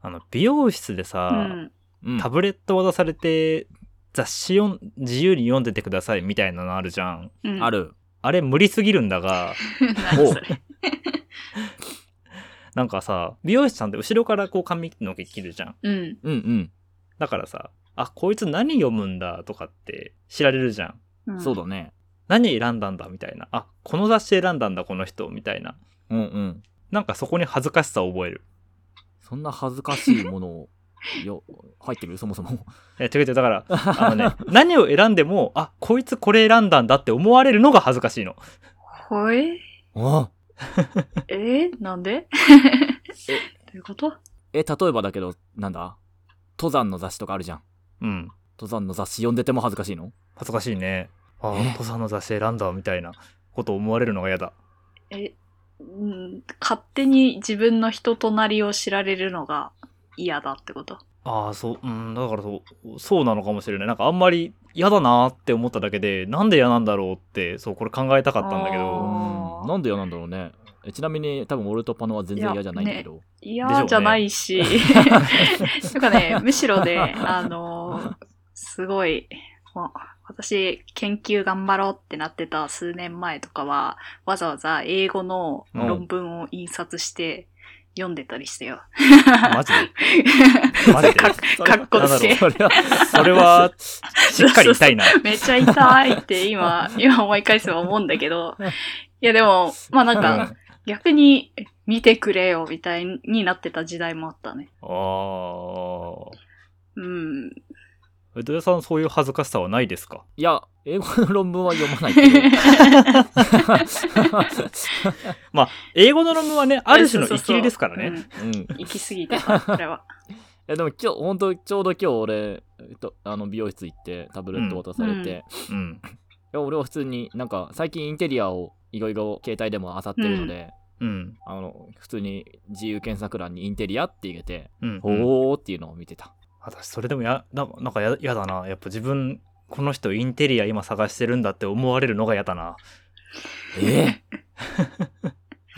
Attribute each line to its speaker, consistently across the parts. Speaker 1: あの、美容室で
Speaker 2: う
Speaker 1: さ、
Speaker 2: ん。
Speaker 3: うん
Speaker 1: タブレット渡されて、雑誌読ん自由に読んでてくださいみたいなのあるじゃん。
Speaker 2: うん
Speaker 3: あ。る。
Speaker 1: あれ無理すぎるんだが、
Speaker 2: 何それ。
Speaker 1: なんかさ、美容師さんって後ろからこう髪の毛切るじゃん。
Speaker 2: うん。
Speaker 3: うんうん。
Speaker 1: だからさ、あ、こいつ何読むんだとかって知られるじゃん。
Speaker 2: うん
Speaker 3: そうだね。
Speaker 1: 何選んだんだみたいな。あ、この雑誌選んだんだこの人みたいな。
Speaker 3: うんうん。
Speaker 1: なんかそこに恥ずかしさを覚える。
Speaker 3: そんな恥ずかしいもの を、よ、入ってるそもそも。
Speaker 1: え、ということでだから、あのね、何を選んでも、あ、こいつこれ選んだんだって思われるのが恥ずかしいの。
Speaker 2: ほい
Speaker 3: あ
Speaker 2: えー、なん でどういうこと
Speaker 3: え、例えばだけど、なんだ登山の雑誌とかあるじゃん。
Speaker 1: うん。
Speaker 3: 登山の雑誌読んでても恥ずかしいの
Speaker 1: 恥ずかしいね。あ、
Speaker 3: え
Speaker 1: お父さんの雑誌選んだみたいなことを思われるのが嫌だ。
Speaker 2: え、うん、勝手に自分の人となりを知られるのが嫌だってこと
Speaker 1: ああ、そう、うん、だからそう、そうなのかもしれない。なんかあんまり嫌だなーって思っただけで、なんで嫌なんだろうって、そう、これ考えたかったんだけ
Speaker 2: あ
Speaker 1: ど、
Speaker 2: ー
Speaker 3: うんなんで嫌なんだろうね。えちなみに、多分俺とパノは全然嫌じゃないんだけど。
Speaker 1: でしょう
Speaker 2: 嫌
Speaker 1: ね
Speaker 2: じゃないし、とかね、むしろね、あの、すごい、もう私、研究頑張ろうってなってた数年前とかは、わざわざ英語の論文を印刷して読んでたりしてよ。
Speaker 1: マジ でマジで
Speaker 2: かかっこつけ
Speaker 3: それは、
Speaker 1: それは、しっかり痛いな。
Speaker 2: めっちゃ痛いって今、今思い返せば思うんだ けど、いやでも、まあなん
Speaker 1: うん
Speaker 2: か、逆に見てくれよみたいになってた時代もあったね。
Speaker 1: あ
Speaker 2: うん。
Speaker 1: あ。江戸屋さん、そういう恥ずかしさはないですか
Speaker 3: いや、英語の論文は読まない け
Speaker 1: まあ、英語の論文はね、ある種の生きりですから
Speaker 2: そう
Speaker 1: ね。
Speaker 2: そうそう。
Speaker 3: ど。
Speaker 2: う
Speaker 3: うん。
Speaker 2: ん行き過ぎてた、こ れは。
Speaker 3: いやでも今日、本当ちょうど今日俺、えっと、あの美容室行ってタブレット渡されて、
Speaker 2: うんうん
Speaker 3: い
Speaker 1: うん。
Speaker 3: や俺は普通になんか最近インテリアをいろいろ携帯でも漁ってるので、
Speaker 1: うん。
Speaker 3: あの普通に自由検索欄にインテリアって入れて、
Speaker 1: うん。
Speaker 3: おおーっていうのを見てた。
Speaker 1: 私、それでもや、ななんかややだな。やっぱ自分、この人インテリア今探してるんだって思われるのが嫌だな。
Speaker 3: えー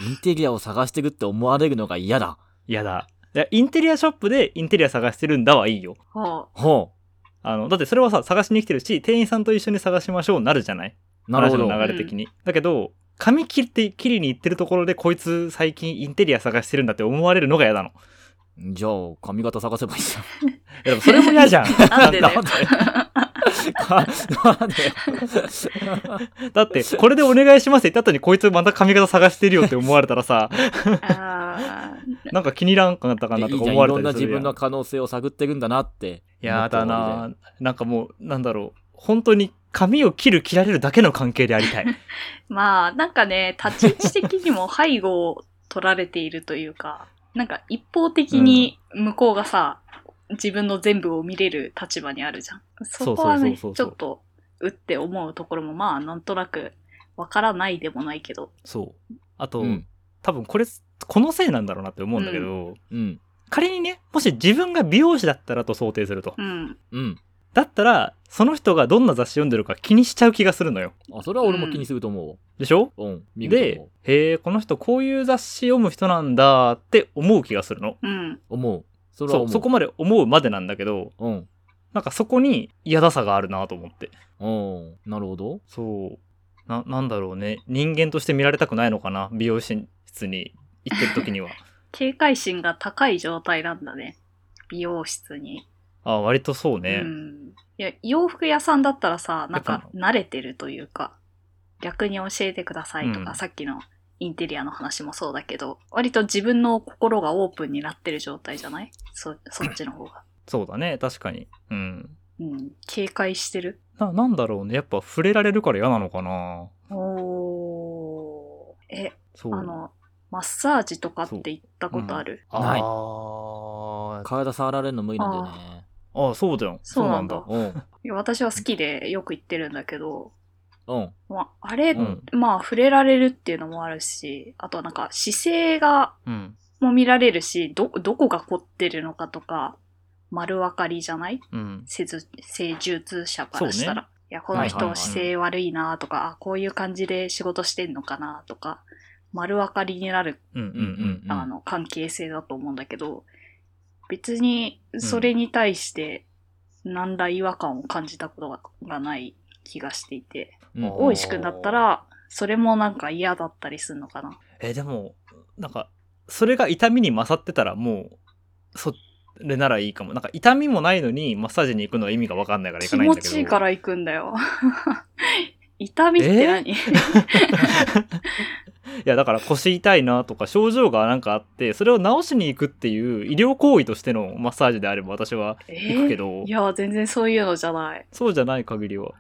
Speaker 3: インテリアを探してくって思われるのが嫌だ。
Speaker 1: 嫌だ。いや、インテリアショップでインテリア探してるんだはいいよ。
Speaker 2: ほ
Speaker 3: ほ。
Speaker 1: あの、だってそれはさ、探しに来てるし、店員さんと一緒に探しましょうなるじゃないう
Speaker 3: なるほど。
Speaker 1: 話の流れ的に。だけど、髪切って、切りに行ってるところで、こいつ最近インテリア探してるんだって思われるのが嫌なの。
Speaker 3: じゃあ髪型探せばいいじゃ ん。
Speaker 1: いやでもそれも嫌じゃ ん。
Speaker 2: う。なんでだよ。
Speaker 3: かなんで
Speaker 1: だって、これでお願いしますって言った後に、こいつまた髪型探してるよって思われたらさ、
Speaker 2: あー
Speaker 1: なんか気に入らんかったかな
Speaker 3: で
Speaker 1: と
Speaker 3: いい
Speaker 1: か
Speaker 3: じ
Speaker 1: 思
Speaker 3: ゃんい
Speaker 1: われ
Speaker 3: ろ
Speaker 1: た
Speaker 3: んな
Speaker 1: りす
Speaker 3: 自
Speaker 1: るや
Speaker 3: 分
Speaker 1: ん
Speaker 3: の可能性を探ってるんだなって。
Speaker 1: やだ
Speaker 3: 思っ
Speaker 1: ななんかもう、なんだろう。本当に髪を切る、切られるだけの関係でありたい。
Speaker 2: まあ、なんかね、立ち位置的にも背後を取られているというか、なんか一方的に向こうがさ、自分の全部を見れる立場にあるじゃん。そこはね、ち
Speaker 1: そうそうそうそうそ
Speaker 2: ょ
Speaker 1: う
Speaker 2: っと、うって思うところも、まあ、なんとなく、わからないでもないけど。
Speaker 1: そう。あと、
Speaker 3: てうん。
Speaker 1: 多分これ、このせいなんだろうなって思うんだけど、
Speaker 3: うん。
Speaker 1: 仮にね、もし自分が美容師だったらと想定すると。
Speaker 2: うん。
Speaker 3: うん。
Speaker 1: だったら、その人がどんな雑誌読んでるか気にしちゃう気がするのよ。
Speaker 3: あ、それは俺も気にすると思
Speaker 1: でしょ
Speaker 3: う。うん。見ると
Speaker 1: で、へえ、この人こういう雑誌読む人なんだって思う気がするの。
Speaker 2: うん。
Speaker 3: 思う。思う。それは
Speaker 1: そ
Speaker 3: 思う。
Speaker 1: う、そこまで思うまでなんだけど、
Speaker 3: うん。
Speaker 1: なんかそこに嫌ださがあるなと思って。
Speaker 3: うん。なるほど。
Speaker 1: そう。な、なんだろうね。人間として見られたくないのかな美容室に行ってる時には。
Speaker 2: 警戒心が高い状態なんだね。美容室に。
Speaker 1: あ、割とそうね。
Speaker 2: うん。いや、洋服屋さんだったらさ、なん
Speaker 1: やっ
Speaker 2: か
Speaker 1: ぱ
Speaker 2: 慣れてるというか、逆に教えてくださいとか、
Speaker 1: うん
Speaker 2: さっきのインテリアの話もそうだけど、割と自分の心がオープンになってる状態じゃないそ、そっちの方が。
Speaker 1: そうだね。確かに。うん。
Speaker 2: うん。警戒してる。
Speaker 1: な、なんだろうね。やっぱ触れられるから嫌なのかな
Speaker 2: おー。え、
Speaker 1: そう。
Speaker 2: あの、マッサージとかって言ったことある
Speaker 3: ない
Speaker 1: あー
Speaker 3: 体触られるの無理なんだよね。
Speaker 1: ああ、そうじゃん。
Speaker 2: そうなんだ
Speaker 3: うん。
Speaker 2: いや私は好きでよく行ってるんだけど、
Speaker 3: うん。
Speaker 2: まあ、あれ、
Speaker 3: うん
Speaker 2: まあ、触れられるっていうのもあるし、あとはなんか姿勢が、
Speaker 1: うん。
Speaker 2: も見られるし、ど、どこが凝ってるのかとか、丸分かりじゃない
Speaker 1: うん。
Speaker 2: 施術施術者からしたら。いや、この
Speaker 3: はいはい
Speaker 2: 人
Speaker 3: はい
Speaker 2: 姿勢悪いなとか、あ、こういう感じで仕事してんのかなとか、丸分かりになる、
Speaker 1: うんうんう
Speaker 3: うん
Speaker 1: ん。
Speaker 3: うん。
Speaker 2: あの、関係性だと思うんだけど、別にそれに対して何ら違和感を感じたことががない気がしていて、
Speaker 3: うん
Speaker 1: おー
Speaker 2: 大石くんだったら、それもなんか嫌だったりするのかな。
Speaker 1: えでもなんかそれが痛みに勝ってたらもうそれならいいかもなんか痛みもないのにマッサージに行くのは意味が分かんないから行
Speaker 2: 気
Speaker 1: かないん
Speaker 2: 持
Speaker 1: だけど
Speaker 2: ちいいから行くんだよ。 痛みって何、
Speaker 1: いやだから腰痛いなとか症状がなんかあってそれを治しに行くっていう医療行為としてのマッサージであれば私は
Speaker 2: え
Speaker 1: 行くけど、
Speaker 2: いや、全然そういうのじゃない。
Speaker 1: そうじゃない限りは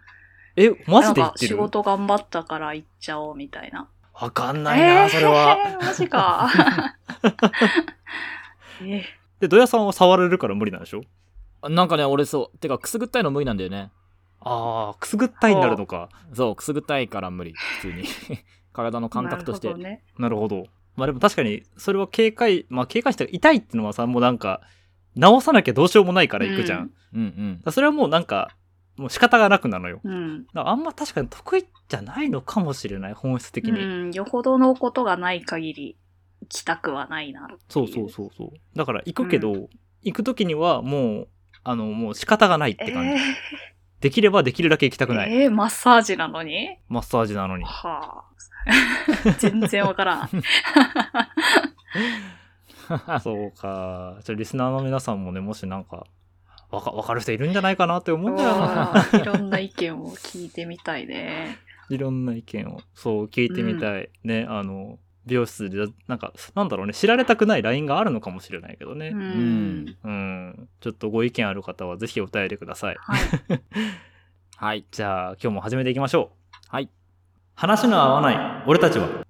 Speaker 1: えマジで言
Speaker 2: なん
Speaker 1: っ
Speaker 2: か
Speaker 1: て
Speaker 2: 仕
Speaker 1: る
Speaker 2: 事頑張ったから行っちゃおうみたいな。
Speaker 1: わかんないな、それは。
Speaker 2: えー、マ ジか。え
Speaker 1: で土屋さんは触れるから無理なんでしょ
Speaker 3: なんかね、俺そう、てかくすぐったいの無理なんだよね。
Speaker 1: ああくすぐったいになるのか
Speaker 3: そう、くすぐったいから無理、普 通に。体の感覚として
Speaker 2: なるほ。どね、
Speaker 1: なるほどまあでも確かにそれは警戒まあ警戒して痛いっていうのはさもうなんか治さなきゃどうしようもないから行くじゃん、
Speaker 2: う
Speaker 1: だ
Speaker 2: ん
Speaker 1: か
Speaker 3: うんうん。
Speaker 1: らそれはもうなんかもう仕方がなくなのよ
Speaker 2: う
Speaker 1: だ
Speaker 2: ん。
Speaker 1: からあんま確かに得意じゃないのかもしれない本質的
Speaker 2: う
Speaker 1: に、
Speaker 2: ん、よほどのことがない限り、行きたくはないな。
Speaker 1: そうそうそうそうだから行くけど、行く時にはもうあのもう仕方がないって感じ、
Speaker 2: え
Speaker 1: できればできるだけ行きたく
Speaker 2: ー、
Speaker 1: ない、
Speaker 2: えーマッサージなのに
Speaker 1: マッサージなのに
Speaker 2: は あ。全然わからん。
Speaker 1: そうか。じゃあリスナーの皆さんもね、もしなんか、わかわかる人いるんじゃないかなって思うんだよな。
Speaker 2: わあいろんな意見を聞いてみたいね。
Speaker 1: いろんな意見を。そう、聞いてみたい。ね、あの、美容室で、なんか、なんだろうね、知られたくないラインがあるのかもしれないけど
Speaker 2: う
Speaker 1: ね。
Speaker 2: ん。
Speaker 1: うん。ちょっとご意見ある方は、ぜひお便りください。
Speaker 2: はい。
Speaker 3: はい。
Speaker 1: じゃあ、今日も始めていきましょう。
Speaker 3: はい。
Speaker 1: 話の合わない、俺たちは。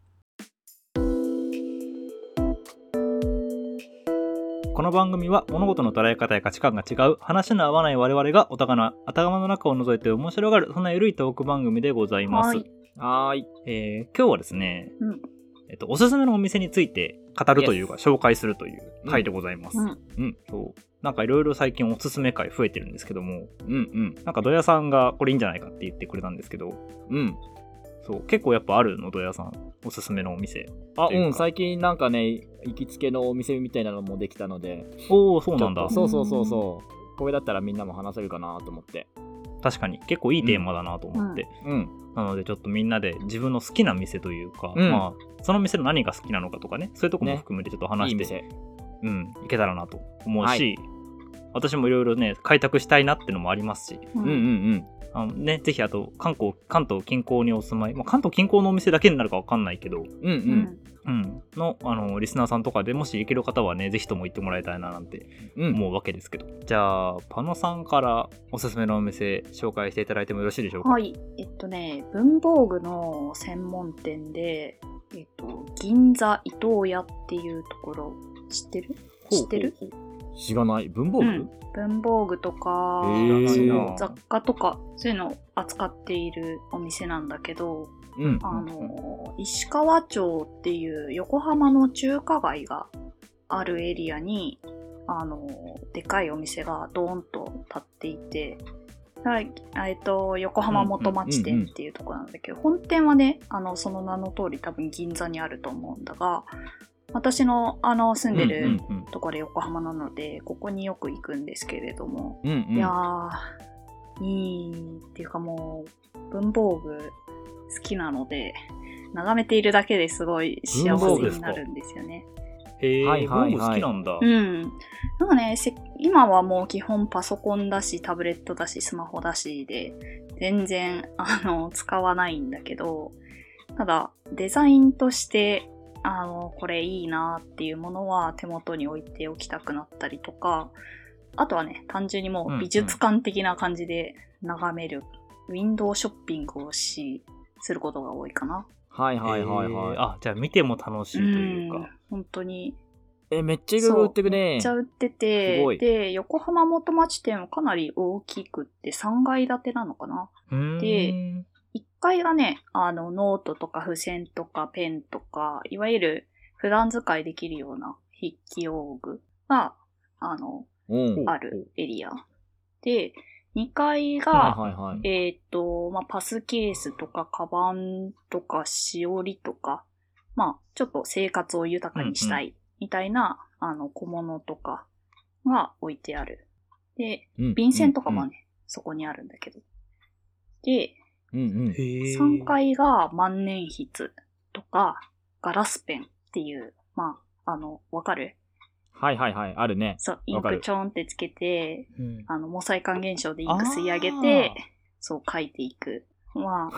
Speaker 1: この番組は物事の捉え方や価値観が違う話の合わない我々がお互いの頭の中を覗いて面白がるそんなゆるいトーク番組でございます、
Speaker 2: はい
Speaker 3: はーい。
Speaker 1: えー今日はですね、
Speaker 2: うん
Speaker 1: えっと、おすすめのお店について語るというか紹介するという回でございます、
Speaker 2: うん
Speaker 1: うんそうなんかいろいろ最近おすすめ回増えてるんですけども
Speaker 3: うん
Speaker 1: なんか土屋さんがこれいいんじゃないかって言ってくれたんですけど
Speaker 3: うん。うん。
Speaker 1: そう結構やっぱあるの土屋さんおすすめのお店
Speaker 3: あ、
Speaker 1: というか
Speaker 3: うん、最近なんかね、行きつけのお店みたいなのもできたので、
Speaker 1: おおそうなんだ
Speaker 3: ちょっとそうそうそうそう。これだったらみんなも話せるかなと思って。
Speaker 1: 確かに結構いいテーマだなと思って、
Speaker 3: うん。
Speaker 1: なのでちょっとみんなで自分の好きな店というか、
Speaker 3: うん
Speaker 1: まあその店の何が好きなのかとかねそういうとこも含めてちょっと話
Speaker 3: いい
Speaker 1: して、
Speaker 3: 店。
Speaker 1: うん、いけたらなと思うし、
Speaker 3: は
Speaker 1: 私もいろいろね開拓したいなってのもありますし
Speaker 2: う
Speaker 3: うんうん
Speaker 2: ん。
Speaker 1: あの、ね、ぜひあと関東関東近郊にお住まい、まあ、関東近郊のお店だけになるかわかんないけど、
Speaker 3: うん。うんう。
Speaker 2: うんん。
Speaker 1: うん、のあのリスナーさんとかでもし行ける方はねぜひとも行ってもらいたいななんて
Speaker 3: うん。
Speaker 1: 思うわけですけど、じゃあパノさんからおすすめのお店紹介していただいてもよろしいでしょうか、
Speaker 2: はい。えっとね、文房具の専門店で、えっと、銀座伊東屋っていうところ、知ってる
Speaker 1: ほう
Speaker 2: 知ってる
Speaker 1: ほうほう
Speaker 3: 知らない。文房具、
Speaker 2: うん文房具とか、
Speaker 3: へ
Speaker 1: ー
Speaker 2: そ
Speaker 1: いいな
Speaker 2: の雑貨とか、そういうのを扱っているお店なんだけど、
Speaker 3: うん。
Speaker 2: あの、石川町っていう横浜の中華街があるエリアに、あの、でかいお店がドーンと立っていて、はい、あえっと、横浜元町店っていうところなんだけど、本店はね、あの、その名の通り多分銀座にあると思うんだが、私の、あの、住んで
Speaker 1: うん
Speaker 2: る
Speaker 1: うんうん
Speaker 2: ところ横浜なので、ここによく行くんですけれども、
Speaker 3: うんうん。
Speaker 2: いやー、いいっていうかもう、文房具好きなので、眺めているだけですごい幸
Speaker 3: 文
Speaker 2: せ
Speaker 3: 房具
Speaker 1: です
Speaker 2: に
Speaker 1: か
Speaker 2: なるんですよね。
Speaker 1: へえ、
Speaker 3: はいはいはい
Speaker 1: 文具好きなんだ、
Speaker 2: うん。なんかね、せ今はもう基本パソコンだし、タブレットだし、スマホだしで、全然、あの、使わないんだけど、ただ、デザインとして、あの、これいいなっていうものは手元に置いておきたくなったりとか、あとはね、単純にもう美術館的な感じで眺める、ウィンドウショッピングをし、することが多いかな。
Speaker 3: はいはいはいはい
Speaker 1: へー。あじゃあ見ても楽しいというか、
Speaker 2: ん本当に
Speaker 3: え、めっちゃいろいろ売って
Speaker 2: め
Speaker 3: くね
Speaker 2: っ。ちゃ売って
Speaker 3: すごい
Speaker 2: て、で、横浜元町店はかなり大きくって3階建てなのかな
Speaker 1: うーん、
Speaker 2: で1階がね、あの、ノートとか付箋とかペンとか、いわゆる普段使いできるような筆記用具が、あの、
Speaker 3: うん。はい
Speaker 2: あるエリア。で、2階が、
Speaker 3: はいはい。
Speaker 2: えっ、と、まあ、パスケースとか、カバンとか、しおりとか、まあ、ちょっと生活を豊かにしたい、みたいな、あの、小物とかが置いてある。で、
Speaker 3: うん
Speaker 2: 便箋とかもね、そこにあるんだけど。で、
Speaker 3: うんう
Speaker 1: へ
Speaker 3: ん。
Speaker 2: 3。階が万年筆とか、ガラスペンっていう、まあ、あの、わかる
Speaker 3: はいはいはい、あるね。
Speaker 2: そう、イン
Speaker 3: わかる
Speaker 2: クちょんってつけて、
Speaker 1: うん
Speaker 2: あの、毛細管現象でインク吸い上げて
Speaker 1: あ、
Speaker 2: そう、書いていく。まあ、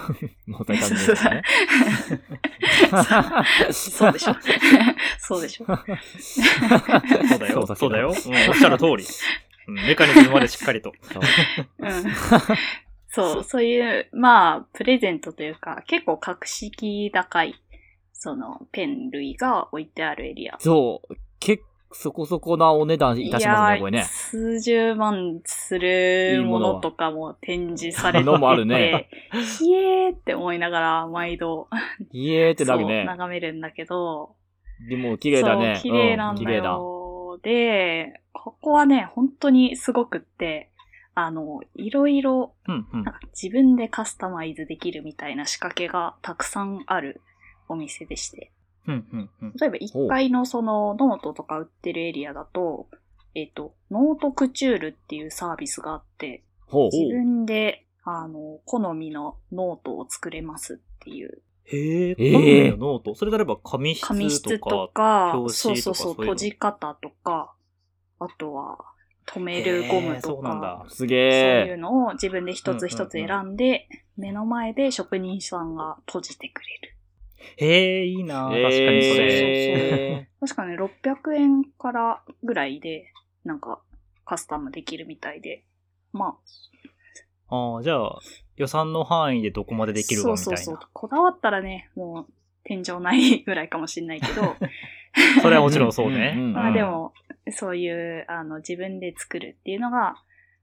Speaker 3: もう大感じですね。
Speaker 2: そうでしょ。そうでしょ。
Speaker 1: そうだよ。
Speaker 3: けど
Speaker 1: そうだよ。うん、おっしゃる通り。うんメカニズムまでしっかりと。
Speaker 3: そう
Speaker 2: うんそう、そういう、まあ、プレゼントというか、結構格式高い、その、ペン類が置いてあるエリア。
Speaker 3: そう。結構そこそこなお値段いたしますね、これね。
Speaker 2: 数十万するものとかも展示されてて、
Speaker 3: いいものはのもあるね
Speaker 2: ひえーって思いながら、毎度、
Speaker 3: イエーってなる
Speaker 2: そう
Speaker 3: ね。
Speaker 2: 眺めるんだけど、
Speaker 3: でも綺麗だね。
Speaker 2: そう、綺麗なん
Speaker 3: う
Speaker 2: だ。よ。で、ここはね、本当にすごくって、あの、いろいろ
Speaker 1: うんうん
Speaker 2: なん。か自分でカスタマイズできるみたいな仕掛けがたくさんあるお店でして。
Speaker 1: うんうんうん。
Speaker 2: 例えば1階のそのノートとか売ってるエリアだと、えっ、と、ノートクチュールっていうサービスがあって、
Speaker 3: ほう。
Speaker 2: 自分で、あの、好みのノートを作れますっていう。
Speaker 1: へえ、
Speaker 3: えー
Speaker 1: 好みのノート。それであれば紙質とか。
Speaker 2: 紙質とか、
Speaker 1: 表
Speaker 2: そう
Speaker 1: 紙
Speaker 2: そ
Speaker 1: と
Speaker 2: う
Speaker 1: か
Speaker 2: そう、
Speaker 1: そういうの
Speaker 2: 閉じ方とか、あとは、止めるゴム
Speaker 1: へーそ
Speaker 2: と
Speaker 1: うなん
Speaker 2: か
Speaker 1: だ、
Speaker 3: す
Speaker 2: そういう
Speaker 3: げえ。
Speaker 2: のを自分で一つ一つ選んで、目の前で職人さんが閉じてくれる。
Speaker 1: へえ、いいな
Speaker 3: え
Speaker 1: ぁ確
Speaker 3: ー
Speaker 1: かにそれ。
Speaker 3: え
Speaker 2: 確かね、600円からぐらいで、なんか、カスタムできるみたいで。ま
Speaker 1: ああ、じゃあ、予算の範囲でどこまで
Speaker 2: あ、
Speaker 1: できる
Speaker 2: そ
Speaker 1: か
Speaker 2: う
Speaker 1: みた
Speaker 2: そう
Speaker 1: い
Speaker 2: そう
Speaker 1: な。。
Speaker 2: こだわったらね、もう、天井ないぐらいかもしれない けど、
Speaker 1: それはもちろんそうね。
Speaker 3: うんうんうん
Speaker 2: まあでも、そういう、あの、自分で作るっていうのが、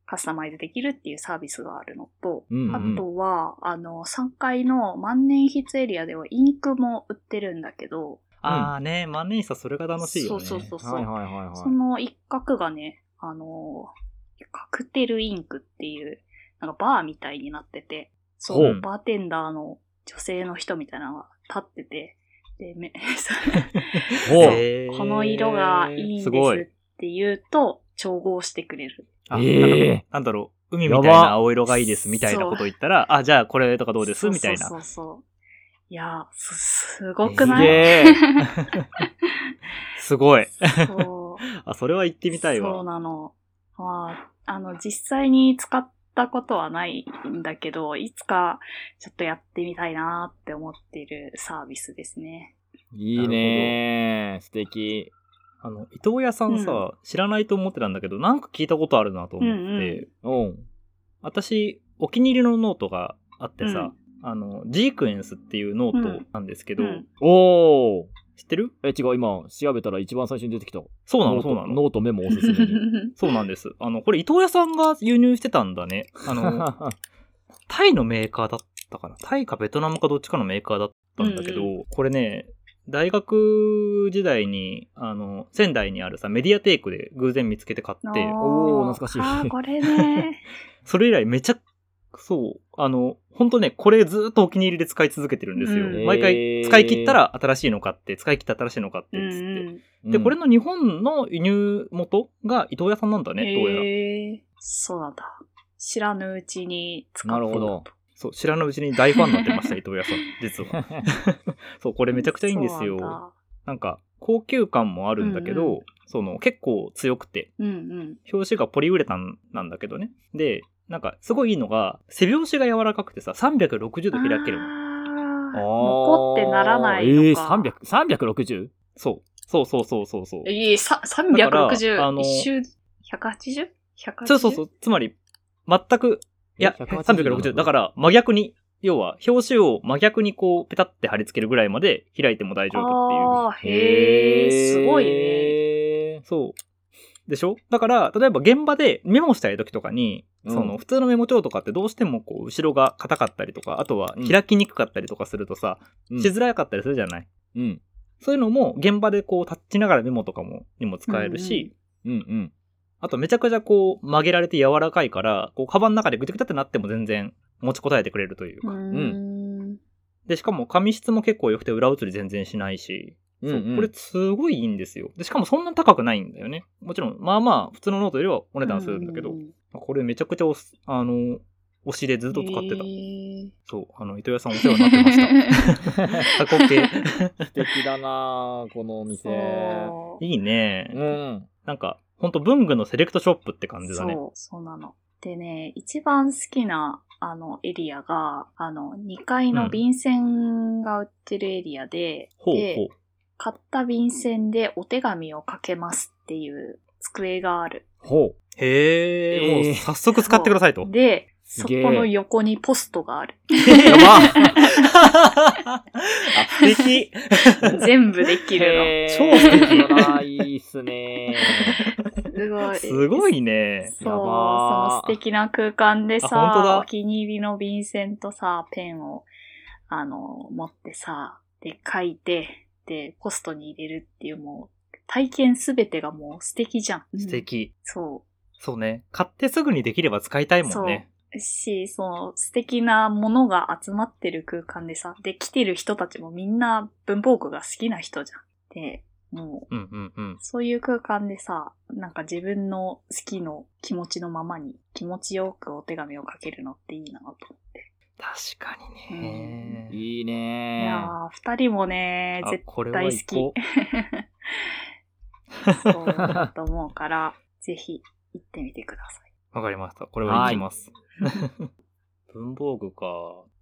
Speaker 2: カスタマイズできるっていうサービスがあるのと、
Speaker 3: ーうん
Speaker 2: あ
Speaker 3: うん。
Speaker 2: とは、あの、3階の万年筆エリアではインクも売ってるんだけど、
Speaker 1: ああね、万年筆はそれが楽しいよね。
Speaker 2: そうそうそうそう、
Speaker 3: はいはいはい
Speaker 2: そ
Speaker 3: は
Speaker 2: の一角がね、あの、カクテルインクっていう、なんかバーみたいになってて、そ
Speaker 1: ほう
Speaker 2: う、バーテンダーの女性の人みたいなのが立ってて、で、め
Speaker 3: い。ほう。
Speaker 1: へー
Speaker 2: この色がいいんです
Speaker 1: す
Speaker 2: っ
Speaker 1: ごい。
Speaker 2: て言うと、調合してくれる。
Speaker 1: あ
Speaker 3: ええ
Speaker 1: なんだろう、海みたいな青色がいいですみたいなこと言ったら、あ、じゃあこれとかどうですみたいな
Speaker 2: そ。うそうそうそう。いやー、す、すごくな
Speaker 3: すげ
Speaker 2: い
Speaker 3: え。
Speaker 1: すごい。
Speaker 2: そう。
Speaker 1: あ、それは行ってみたい
Speaker 2: そう
Speaker 1: わ。
Speaker 2: なの。まあ、あの、実際に使ったことはないんだけど、いつかちょっとやってみたいなって思っているサービスですね。
Speaker 3: いいねー素敵。
Speaker 1: あの、伊藤屋さんさ、
Speaker 2: う
Speaker 1: 知らないと思ってたんだけど、なんか聞いたことあるなと思って、
Speaker 2: うんうん
Speaker 3: うん。
Speaker 1: 私、お気に入りのノートがあってさ、あの、ジークエンスっていうノートなんですけど、
Speaker 2: うん
Speaker 3: おー
Speaker 1: 知ってる
Speaker 3: え、違う、今、調べたら一番最初に出てきた。
Speaker 1: そうな
Speaker 3: ノー
Speaker 1: の、
Speaker 3: ト
Speaker 1: そうなの。
Speaker 3: ノートメモおすす めに。
Speaker 1: そうなんです。あの、これ伊藤屋さんが輸入してたんだね。あの、 タイのメーカーだったかな。タイかベトナムかどっちかのメーカーだったんだけど、
Speaker 2: う
Speaker 1: これね、大学時代に、あの、仙台にあるさ、メディアテイクで偶然見つけて買って、
Speaker 3: おー懐かしい
Speaker 2: あーこれね。
Speaker 1: それ以来めちゃ、そう、あの、ほんとね、これずっとお気に入りで使い続けてるんですよ。
Speaker 2: う ん
Speaker 1: 毎
Speaker 3: へ
Speaker 1: 回、
Speaker 3: ー
Speaker 1: 使い切ったら新しいの買って、使い切ったら新しいの買って、
Speaker 2: う
Speaker 1: つって。
Speaker 2: ん
Speaker 1: で、これ
Speaker 3: の、
Speaker 1: の日本の輸入元が伊藤屋さんなんだ
Speaker 2: うん。
Speaker 1: ね、どうやら。
Speaker 2: へーそうなんだ。知らぬうちに使って
Speaker 3: なるほ
Speaker 2: た
Speaker 3: ど。
Speaker 1: そう、知らぬうちに大ファンになってました、伊藤屋さん、実 は。そう、これめちゃくちゃいいんですよ。
Speaker 2: そう
Speaker 1: な
Speaker 2: なん
Speaker 1: か、高級感もあるんだけど、
Speaker 2: うんうん
Speaker 1: その、結構強くて、
Speaker 2: んだ。うんうん。
Speaker 1: 表紙がポリウレタンなんだけどね。で、なんか、すごいいいのが、背表紙が柔らかくてさ、360度開けるの。
Speaker 2: あー残
Speaker 3: 残
Speaker 2: ってならない
Speaker 3: え
Speaker 2: の
Speaker 3: ー、
Speaker 2: か。
Speaker 3: 300、360?、
Speaker 1: そう。そうそうそうそうそう。
Speaker 2: ええ、さ
Speaker 1: だからあ
Speaker 2: 360、
Speaker 1: の
Speaker 2: 一周、180?180?
Speaker 1: そうそうそう。つまり、全く、いや、360。だからら、真逆に、要は、表紙を真逆にこう、ペタって貼り付けるぐらいまで開いても大丈夫っていう。
Speaker 2: ああ、へえ、すごいね。
Speaker 3: ね。
Speaker 1: そう。でしょだから、例えば現場でメモしたい時とかに、
Speaker 3: うん
Speaker 1: その普通のメモ帳とかってどうしてもこう後ろが硬かったりとか、あとは
Speaker 3: うん
Speaker 1: 開きにくかったりとかするとさ、
Speaker 3: うん
Speaker 1: しづらかったりするじゃない、
Speaker 3: うん。
Speaker 1: そういうのも現場でこう立ちながらメモとかもにも使えるし、
Speaker 2: うんうん
Speaker 3: うんうん。
Speaker 1: あとめちゃくちゃこう曲げられて柔らかいから、こうカバンの中でぐちゃぐちゃってなっても全然持ちこたえてくれるという
Speaker 2: う
Speaker 1: か。
Speaker 2: ーん。
Speaker 1: で、しかも紙質も結構良くて裏写り全然しないし、そう
Speaker 3: うんうん
Speaker 1: これすごいいいんですよでしかもそんな高くないんだよねもちろんまあまあ普通のノートよりはお値段するんだけど、
Speaker 2: うう
Speaker 1: これめちゃくちゃおすあの推しでずっと使ってた、
Speaker 2: へー
Speaker 1: そうあの糸屋さんお世話になってました タコ系
Speaker 3: 素敵だなぁこのお店。う
Speaker 2: そう
Speaker 1: いいね、
Speaker 3: ん。
Speaker 1: なんかほんと文具のセレクトショップって感じだね
Speaker 2: そう、そうなの。でね、一番好きな、あの、エリアが、あの、2階
Speaker 1: う
Speaker 2: の
Speaker 1: ん
Speaker 2: 便箋が売ってるエリアで、
Speaker 1: ほう
Speaker 2: で
Speaker 1: ほう
Speaker 2: 買った便箋でお手紙をかけますっていう机がある。
Speaker 3: ほ
Speaker 1: へえ、
Speaker 3: え
Speaker 1: も
Speaker 3: ー
Speaker 1: う早速使ってくだ さいと。や
Speaker 2: で、そ
Speaker 3: す
Speaker 2: こ
Speaker 3: げえ
Speaker 2: の横にポストがある。
Speaker 1: ば あ、素敵
Speaker 2: 全部でき
Speaker 3: う。
Speaker 2: る
Speaker 3: へー
Speaker 1: 超素敵
Speaker 3: だなぁいいっすね
Speaker 2: の。すごい。
Speaker 1: すごいね。
Speaker 2: そう、そ
Speaker 3: やばー
Speaker 2: の素敵な空間で
Speaker 1: あ本当だ
Speaker 2: さ、お気に入りの便箋とさ、ペンを、あの、持ってさ、で、書いて、で、ポストに入れるっていうもう、体験すべてがもう素敵じゃん。
Speaker 1: 素敵。
Speaker 2: そ
Speaker 1: そうね。買ってすぐにできれば使いたいもんね。
Speaker 2: う。し、その素敵なものが集まってる空間でさ、で、来てる人たちもみんな文房具が好きな人じゃん。で、もう、
Speaker 1: うんうんうん。
Speaker 2: そういう空間でさ、なんか自分の好きの気持ちのままに気持ちよくお手紙を書けるのっていいなと思って。
Speaker 1: 確かにね。い
Speaker 3: いい
Speaker 2: い
Speaker 3: ね
Speaker 2: やー、
Speaker 3: ぁ
Speaker 2: 二人もね、
Speaker 1: あ
Speaker 2: 絶
Speaker 1: これ
Speaker 2: 対
Speaker 1: は
Speaker 2: 好
Speaker 1: 行
Speaker 2: き
Speaker 1: こう。
Speaker 2: 対そうだと思 うから、ぜひ行ってみてください。
Speaker 1: わかりました。これは行きます。 文房具か。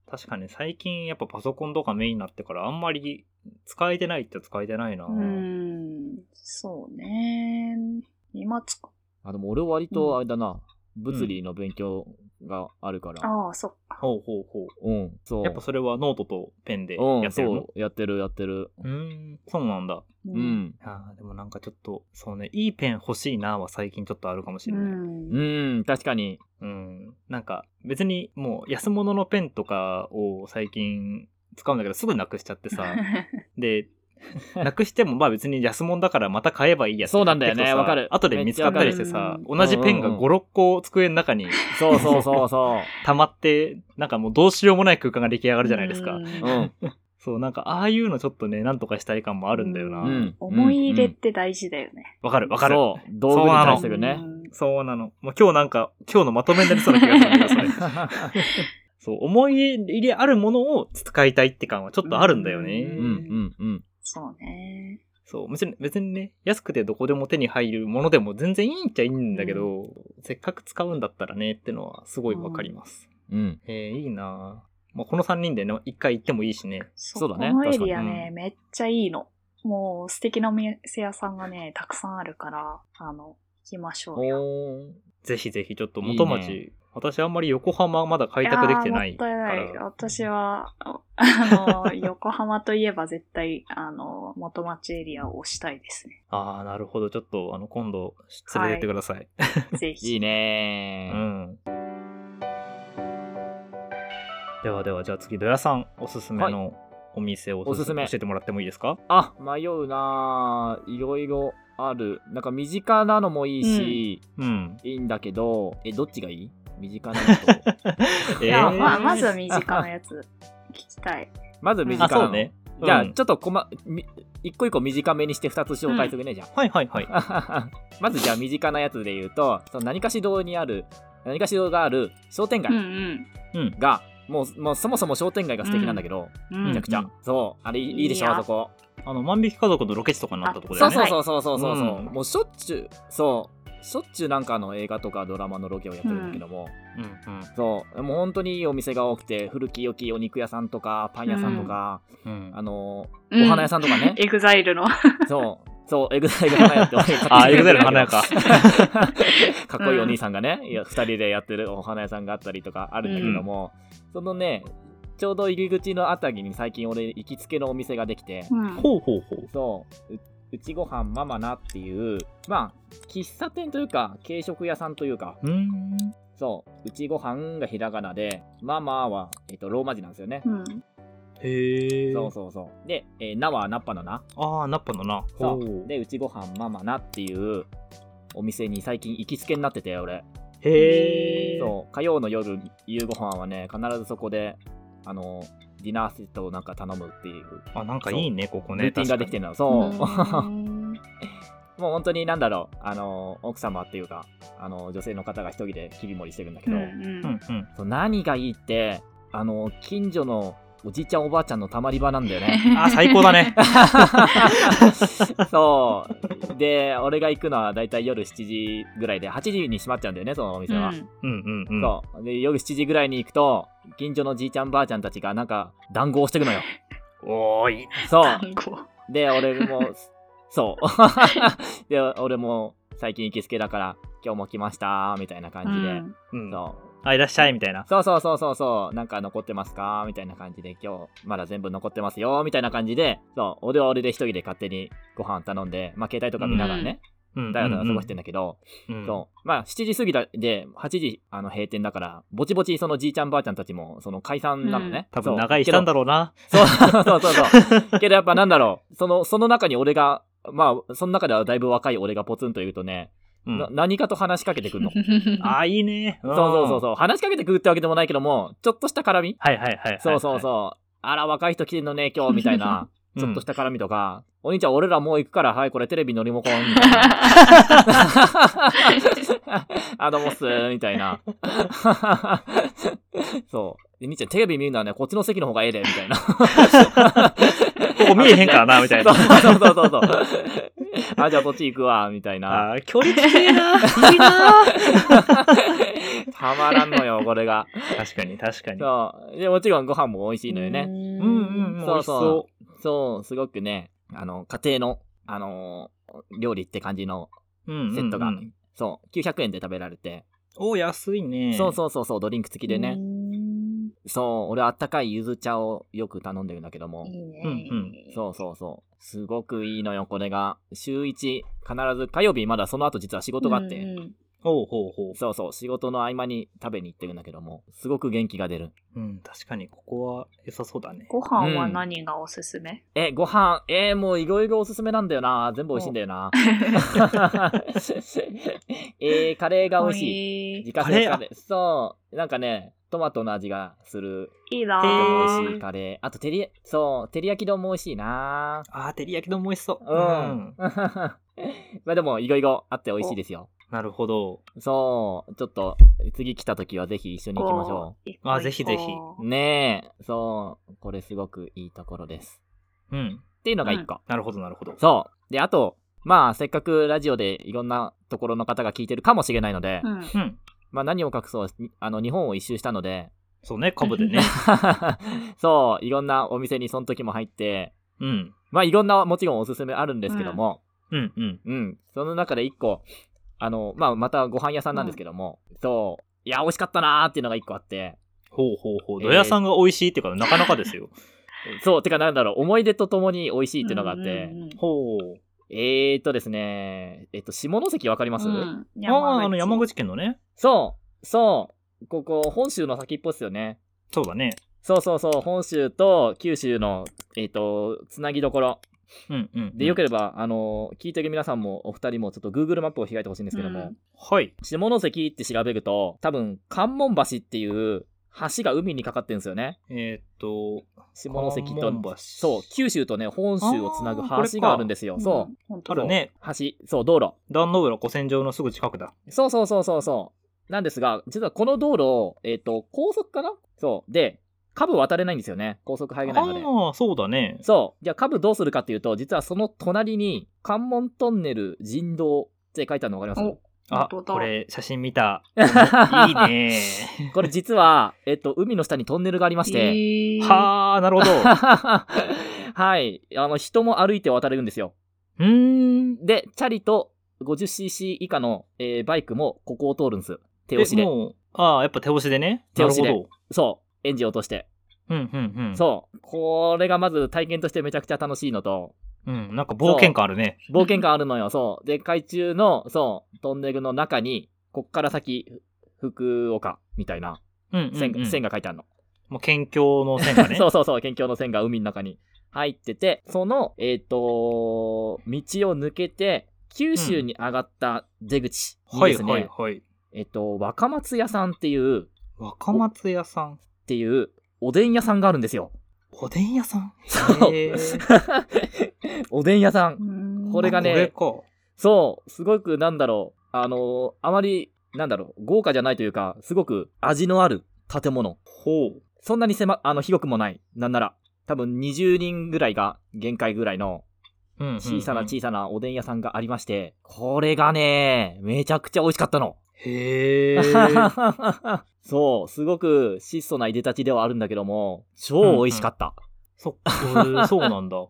Speaker 1: 確かに最近やっぱパソコンとかメインになってからあんまり使えてないっちゃ使えてないな。
Speaker 2: うーん、そうね。今つく。
Speaker 3: あ、でも俺割とあれだな、物理の勉強があるから。
Speaker 2: ああ、そっか。
Speaker 1: ほうほうほう。
Speaker 3: うん、そう。
Speaker 1: やっぱそれはノートとペンで
Speaker 3: う
Speaker 1: や
Speaker 3: ん、
Speaker 1: ってるの
Speaker 3: そう、やってる、やってる。
Speaker 1: うーん、そうなんだ。
Speaker 2: う
Speaker 3: う。ん。
Speaker 1: あーでもなんかちょっと、そうね、いいペン欲しいなは最近ちょっとあるかもし
Speaker 2: う
Speaker 1: れない。うん。
Speaker 2: ん。
Speaker 3: うん、確かに。
Speaker 1: なんか別にもう安物のペンとかを最近使うんだけどすぐなくしちゃって さ。で、なくしてもまあ別に安物だからまた買えばいいやつ
Speaker 3: そうなんだよね
Speaker 1: 買ってくとさ
Speaker 3: わかる
Speaker 1: 後で見つかったりしてさ、同じペンが
Speaker 3: うんうん
Speaker 1: 5、6個机の中に
Speaker 3: そうそうそうそ
Speaker 1: 溜まって、なんかもうどうしようもない空間が出来上が
Speaker 2: あ
Speaker 1: るじゃないですか。
Speaker 3: う。うん。
Speaker 1: そう、なんかああいうのちょっとね、なんとかしたい感もあるんだよな。
Speaker 3: う
Speaker 1: わ、
Speaker 3: ん
Speaker 2: 思い入れって大事だよね。
Speaker 1: かるわかる。
Speaker 3: そう、道具に対してね
Speaker 2: う。ん
Speaker 1: そうなの。もう今日なんか、今日のまとめになりそうな気がするんだけど、それ。そう、思い入れあるものを使いたいって感はちょっとあるんだよね。
Speaker 3: うん、うん、うん。
Speaker 2: そうね。
Speaker 1: そう、別に、別にね、安くてどこでも手に入るものでも全然いいっちゃいいんだけど、せっかく使うんだったらねってのはすごいわかります。
Speaker 3: うん。
Speaker 1: えー、いいなぁまあ、この3人でね、一回行ってもいいしね。
Speaker 2: そう
Speaker 3: そうだね
Speaker 2: このエリア
Speaker 1: 確かに
Speaker 2: ね、めっちゃいいの。もう素敵なお店屋さんがね、たくさんあるから、あの、行きましょうよ。
Speaker 3: おー
Speaker 1: ぜひぜひ、ちょっと元町、
Speaker 3: いい
Speaker 1: 私あんまり横浜まだ開
Speaker 2: や
Speaker 1: 拓で
Speaker 2: ー
Speaker 1: きてない
Speaker 2: も
Speaker 1: か
Speaker 2: ったいな
Speaker 1: ら。
Speaker 2: い。私は、ああの、横浜といえば絶対、あの、元町エリアを推したいで すね。
Speaker 1: ああ、なるほど。ちょっと、あの、今度、連れてってください。
Speaker 2: ぜひ。
Speaker 3: いいね
Speaker 1: う
Speaker 3: ー
Speaker 1: ん。ではでは、じゃあ次、土屋さん、おすすめのお店を
Speaker 3: おすすめ
Speaker 1: 教えてもらってもいいですか
Speaker 3: あ、迷うなぁいろいろある。なんか身近なのもいいし、
Speaker 1: うん。
Speaker 3: いいんだけど、え、どっちがいい身近な のと。
Speaker 1: え
Speaker 2: いや、
Speaker 1: ー
Speaker 2: まあ、まずは身近なやつ聞きたい。
Speaker 3: まず身近
Speaker 1: あ、
Speaker 3: なの。
Speaker 1: そうね。
Speaker 3: じゃあ、
Speaker 1: うん
Speaker 3: ちょっとこま、み一個一個短めにして2つ紹介するね、じゃ
Speaker 1: はいはいはい。
Speaker 3: あ。まずじゃあ身近なやつで言うと、その何かし堂にある、何かし堂がある商店
Speaker 2: うんう
Speaker 3: 街
Speaker 2: ん。
Speaker 1: うん。
Speaker 3: が、もう、もうそもそも商店街が素敵なんだけど、
Speaker 2: うん
Speaker 3: めちゃくちゃ。
Speaker 1: うん
Speaker 3: そう、あれいいいいでし
Speaker 2: いい
Speaker 3: ょ、
Speaker 2: よ
Speaker 3: あそこ。
Speaker 1: あの、万引き家族のロケ地とかになったとこだ
Speaker 3: そ
Speaker 1: よ
Speaker 3: う
Speaker 1: ね。
Speaker 3: そうそうそうそうそう。
Speaker 1: うん
Speaker 3: もうしょっちゅう、そう、しょっちゅうなんかあの映画とかドラマのロケをやってるんだけども、
Speaker 1: うん
Speaker 3: そう、もう本当にいいお店が多くて、古き良きお肉屋さんとか、パン屋さんとか、
Speaker 1: うん。うん
Speaker 3: あの、
Speaker 2: うん
Speaker 3: お花屋さんとかね。
Speaker 2: エグザイルの。
Speaker 3: そう、そう、エグザイル花屋って俺 勝手に
Speaker 1: あ、エグゼルの花屋か。
Speaker 3: かっこいいお兄さんがね、いや2人でやってるお花屋さんがあったりとかあるんだけども、そのねちょうど入り口のあたりに最近俺行きつけのお店ができて、
Speaker 2: うん
Speaker 1: ほうほうほう。
Speaker 3: そうううちごはんママなっていうまあ喫茶店というか軽食屋さんというか
Speaker 1: うーん。
Speaker 3: そううちごはんがひらがなでママは、えっと、ローマ字なんですよね、
Speaker 2: うん。
Speaker 1: へえ。
Speaker 3: そうそうそうで、えー、なはなっぱのな
Speaker 1: ああ、ナッパのな。
Speaker 3: そ
Speaker 1: ほう
Speaker 3: うでうちごはんママなっていうお店に最近行きつけになってて俺
Speaker 1: へえ。
Speaker 3: そう火曜の夜夕ご飯はね必ずそこであのディナーセットをなんか頼むっていう
Speaker 1: あ、なんかいいね、ここね。
Speaker 3: ルーティンができて
Speaker 1: る。
Speaker 3: るのそう、
Speaker 2: う
Speaker 3: も
Speaker 2: ーん
Speaker 3: う本当になんだろうあの奥様っていうかあの女性の方が一人で切り盛りしてるんだけ
Speaker 2: うん
Speaker 3: ど、
Speaker 2: うん
Speaker 1: うんうん。
Speaker 3: そう何がいいってあの近所のおじいちゃんおばあちゃんのたまり場なんだよ ね
Speaker 1: あ、最高だ ね。
Speaker 3: そうで俺が行くのはだいたい夜7時ぐらいで8時に閉まっちゃうんだよねそのお店は、
Speaker 2: うん
Speaker 1: うんうんうん。
Speaker 3: そうで夜7時ぐらいに行くと近所のじいちゃんばあちゃんたちがなんか談合してく のよ
Speaker 1: おーい。
Speaker 3: そ
Speaker 2: 単語
Speaker 3: うで俺もそう で俺も最近行きつけだから今日も来ましたみたいな感じで、
Speaker 2: うん
Speaker 1: うん。
Speaker 3: そう
Speaker 1: あ、いらっしゃい、みたいな。
Speaker 3: そうそうそうそうそう、なんか残ってますかみたいな感じで、今日まだ全部残ってますよみたいな感じで、そう、俺は俺で一人で勝手にご飯頼んで、まあ携帯とか見ながらね、
Speaker 1: うん。
Speaker 3: だらだら過ごしてんだけど、
Speaker 1: うん
Speaker 3: そう、まあ7時過ぎだで、8時あの閉店だから、ぼちぼちそのじいちゃんばあちゃんたちも、その解散なのね。
Speaker 1: 多分長いしたんだろ
Speaker 3: ろ
Speaker 1: うな。
Speaker 3: そうそうそうそう。 けどやっぱなんだろう、その、その中に俺が、まあ、その中ではだいぶ若い俺がポツンといるとね、
Speaker 1: うん
Speaker 3: な何かと話しかけてく るの。
Speaker 1: あ、いいね。そ
Speaker 3: そうそうそう
Speaker 1: う。
Speaker 3: そう。話しかけてくるってわけでもないけども、ちょっとした絡み
Speaker 1: はいはいはいはいはい。
Speaker 3: そうそうそう。あら、若い人来てんのね、今日、みたい な。
Speaker 1: うん。。
Speaker 3: ちょっとしたた絡みとか、お兄ちゃん、俺らもう行くから、はい、これテレビのリモコン、みたいな。あ、どうもっす、みたいな。そう。で兄ちゃん、テレビ見るのはね、こっちの席の方がええで、みたいな。
Speaker 1: ここ見えへんからな、みたいな。
Speaker 3: そうそうそうそう。あ、じゃあこっち行くわ、みたいな。
Speaker 1: あー、距離近い な。いいな。
Speaker 3: たまらんのよ、これが。
Speaker 1: 確かに確かに。
Speaker 3: そう。で、もちろんご飯も美味しいのよね。
Speaker 1: うんうんうん。美
Speaker 3: そ
Speaker 1: 味
Speaker 3: う
Speaker 1: し
Speaker 3: そう
Speaker 1: そ
Speaker 3: そう、すごくね、あの、家庭の、あのー料理って感じの、
Speaker 1: う。うんうんうん
Speaker 3: セットがそう、900円で食べられて、
Speaker 1: お、安いね。
Speaker 3: そうそうそうそう、ドリンク付きでね、
Speaker 2: ね。
Speaker 3: そう、俺はあったかいゆず茶をよく頼んでるんだけども、
Speaker 2: いいね。
Speaker 1: うん
Speaker 3: そうそうそう、すごくいいのよ、これが。週1、必ず火曜日、まだその後実は仕事があって、
Speaker 2: うんうん
Speaker 1: ほうほうほ
Speaker 3: そうそう、仕事の合間に食べに行ってるんだけども、すごく元気が出る。
Speaker 1: う。うん、確かにここは良さそうだね。
Speaker 2: ご飯は何がおすすめ、
Speaker 3: え、ご飯、えーもういろいろおすすめなんだよな。全部美味しいんだよな。 えー、カレーが美味し
Speaker 2: し
Speaker 3: い。自家製
Speaker 1: カ
Speaker 3: カ
Speaker 1: レ
Speaker 3: レー。そう。なんかね、トマトの味がする。
Speaker 2: い
Speaker 1: へ
Speaker 2: い
Speaker 3: とて
Speaker 2: な
Speaker 3: も
Speaker 1: ー
Speaker 3: 美味しいカレー。あと、てり、そう、照り焼き丼も美味しいな
Speaker 1: あー、照り焼き丼も美味しそう。
Speaker 3: うん。 まあでも、いろいろあって美味しいですよ。
Speaker 1: なるほど。
Speaker 3: そう。ちょっと、次来た時はぜひ一緒に行きましょ
Speaker 2: う
Speaker 1: あぜひぜひ
Speaker 3: う。ねえ。そう。これすごくいいところです。
Speaker 1: うん。
Speaker 3: っていうのが一個。
Speaker 1: なるほど、なるほど。
Speaker 3: そう。で、あと、まあ、せっかくラジオでいろんなところの方が聞いてるかもしれないので、
Speaker 2: うん。
Speaker 1: うん。
Speaker 3: まあ何を隠そう、あの、日本を一周したので、
Speaker 1: そうね、株でね。
Speaker 3: そう、いろんなお店にその時も入って、
Speaker 1: うん。
Speaker 3: まあいろんなもちろんおすすめあるんですけども、
Speaker 1: うんうん。
Speaker 3: うん、その中で一個、あの、まあまたご飯屋さんなんですけども、そう、いや、美味しかったなーっていうのが一個あって、
Speaker 1: ほうほうほう。
Speaker 3: えー
Speaker 1: 土屋さんが美味しいっていうから、なかなかですよ。
Speaker 3: そう、てかなんだろう、思い出とともに美味しいっていうのがあって、
Speaker 2: うんうんうん
Speaker 1: ほう。
Speaker 3: えーっとですね、えっと、下関わかります、
Speaker 2: うん
Speaker 1: ああー、あの、山口県のね。
Speaker 3: そう、そう、ここ、本州の先っぽっすよね。
Speaker 1: そうだね。
Speaker 3: そうそうそう、本州と九州の、えっと、つなぎどころ。
Speaker 1: うんうん。
Speaker 3: で、よければ、あの、聞いてる皆さんも、お二人も、ちょっと Google マップを開いてほしいんですけども、
Speaker 2: うん
Speaker 1: はい。
Speaker 3: 下関って調べると、多分、関門橋っていう、橋が海にかかってるんですよね。
Speaker 1: えーっと、
Speaker 3: 下関と、
Speaker 1: 関門橋
Speaker 3: そう、九州とね、本州をつなぐ橋があるんですよ。そ
Speaker 2: うん
Speaker 3: う。。
Speaker 2: 本当
Speaker 1: あるね。
Speaker 3: 橋、そう、道路。
Speaker 1: 壇の浦古戦場のすぐ近くだ。
Speaker 3: そうそうそうそうそう。なんですが、実はこの道路、えっ、と、高速かなそう。で、株渡れないんですよね。高速入れないので。
Speaker 1: ああ、そうだね。
Speaker 3: そう。じゃあ、株どうするかっていうと、実はその隣に、関門トンネル人道って書いてあるの分かります
Speaker 2: お
Speaker 1: あ、
Speaker 2: 本当だ
Speaker 1: これ、写真見 た。い
Speaker 3: い
Speaker 1: い。ね。
Speaker 3: これ実は、えっと、海の下にトンネルがありまして、
Speaker 2: えー
Speaker 1: はあ、なる ほど。う
Speaker 3: はい。あの、人も歩いて渡れるんですよ。
Speaker 1: ーん。
Speaker 3: で、チャリと 50cc 以下の、えーバイクもここを通るんです。手押し
Speaker 1: え
Speaker 3: で。
Speaker 1: もう、ああ、やっぱ手押しでね。
Speaker 3: 手押しで
Speaker 1: なるほ
Speaker 3: そう。エンジン落として。
Speaker 1: ど。うんうんうん。
Speaker 3: そう。これがまず体験としてめちゃくちゃ楽しいのと、
Speaker 1: う。うん、なんか冒険感あるね。
Speaker 3: 冒険感あるのよ。そう。で、海中の、そう、トンネルの中に、こっから先、福岡みたいな
Speaker 1: うんうん、
Speaker 3: 線,、
Speaker 1: うん。
Speaker 3: 線が書いてあるの。
Speaker 1: もう県境の線がね。
Speaker 3: そうそうそう、県境の線が海の中に入ってて、その、えっ、と道を抜けて、九州に上がった出口に
Speaker 1: は
Speaker 3: で
Speaker 1: い
Speaker 3: すね、
Speaker 1: はいはい。
Speaker 3: えっ、と、若松屋さんっていう、っ
Speaker 1: 若松屋さん。
Speaker 3: ていう、おでん屋さんがあるんですよ。
Speaker 1: おでん屋さん
Speaker 3: そう
Speaker 1: へー
Speaker 3: おでん屋さん。
Speaker 2: うん
Speaker 3: これがね
Speaker 1: あこれか。
Speaker 3: そう、すごくなんだろう、あのあまり、なんだろう、豪華じゃないというか、すごく味のある建物。
Speaker 1: ほう。
Speaker 3: そんなに狭、あの、広くもない。なんなら、多分20人ぐらいが限界ぐらいの
Speaker 1: うんうんうん
Speaker 3: 小さな小さなおでん屋さんがありまして、これがね、めちゃくちゃ美味しかったの。
Speaker 1: へ ー
Speaker 3: そう、すごく質素ないでたちではあるんだけども、超美味しかった。
Speaker 1: そっか、そうなんだ。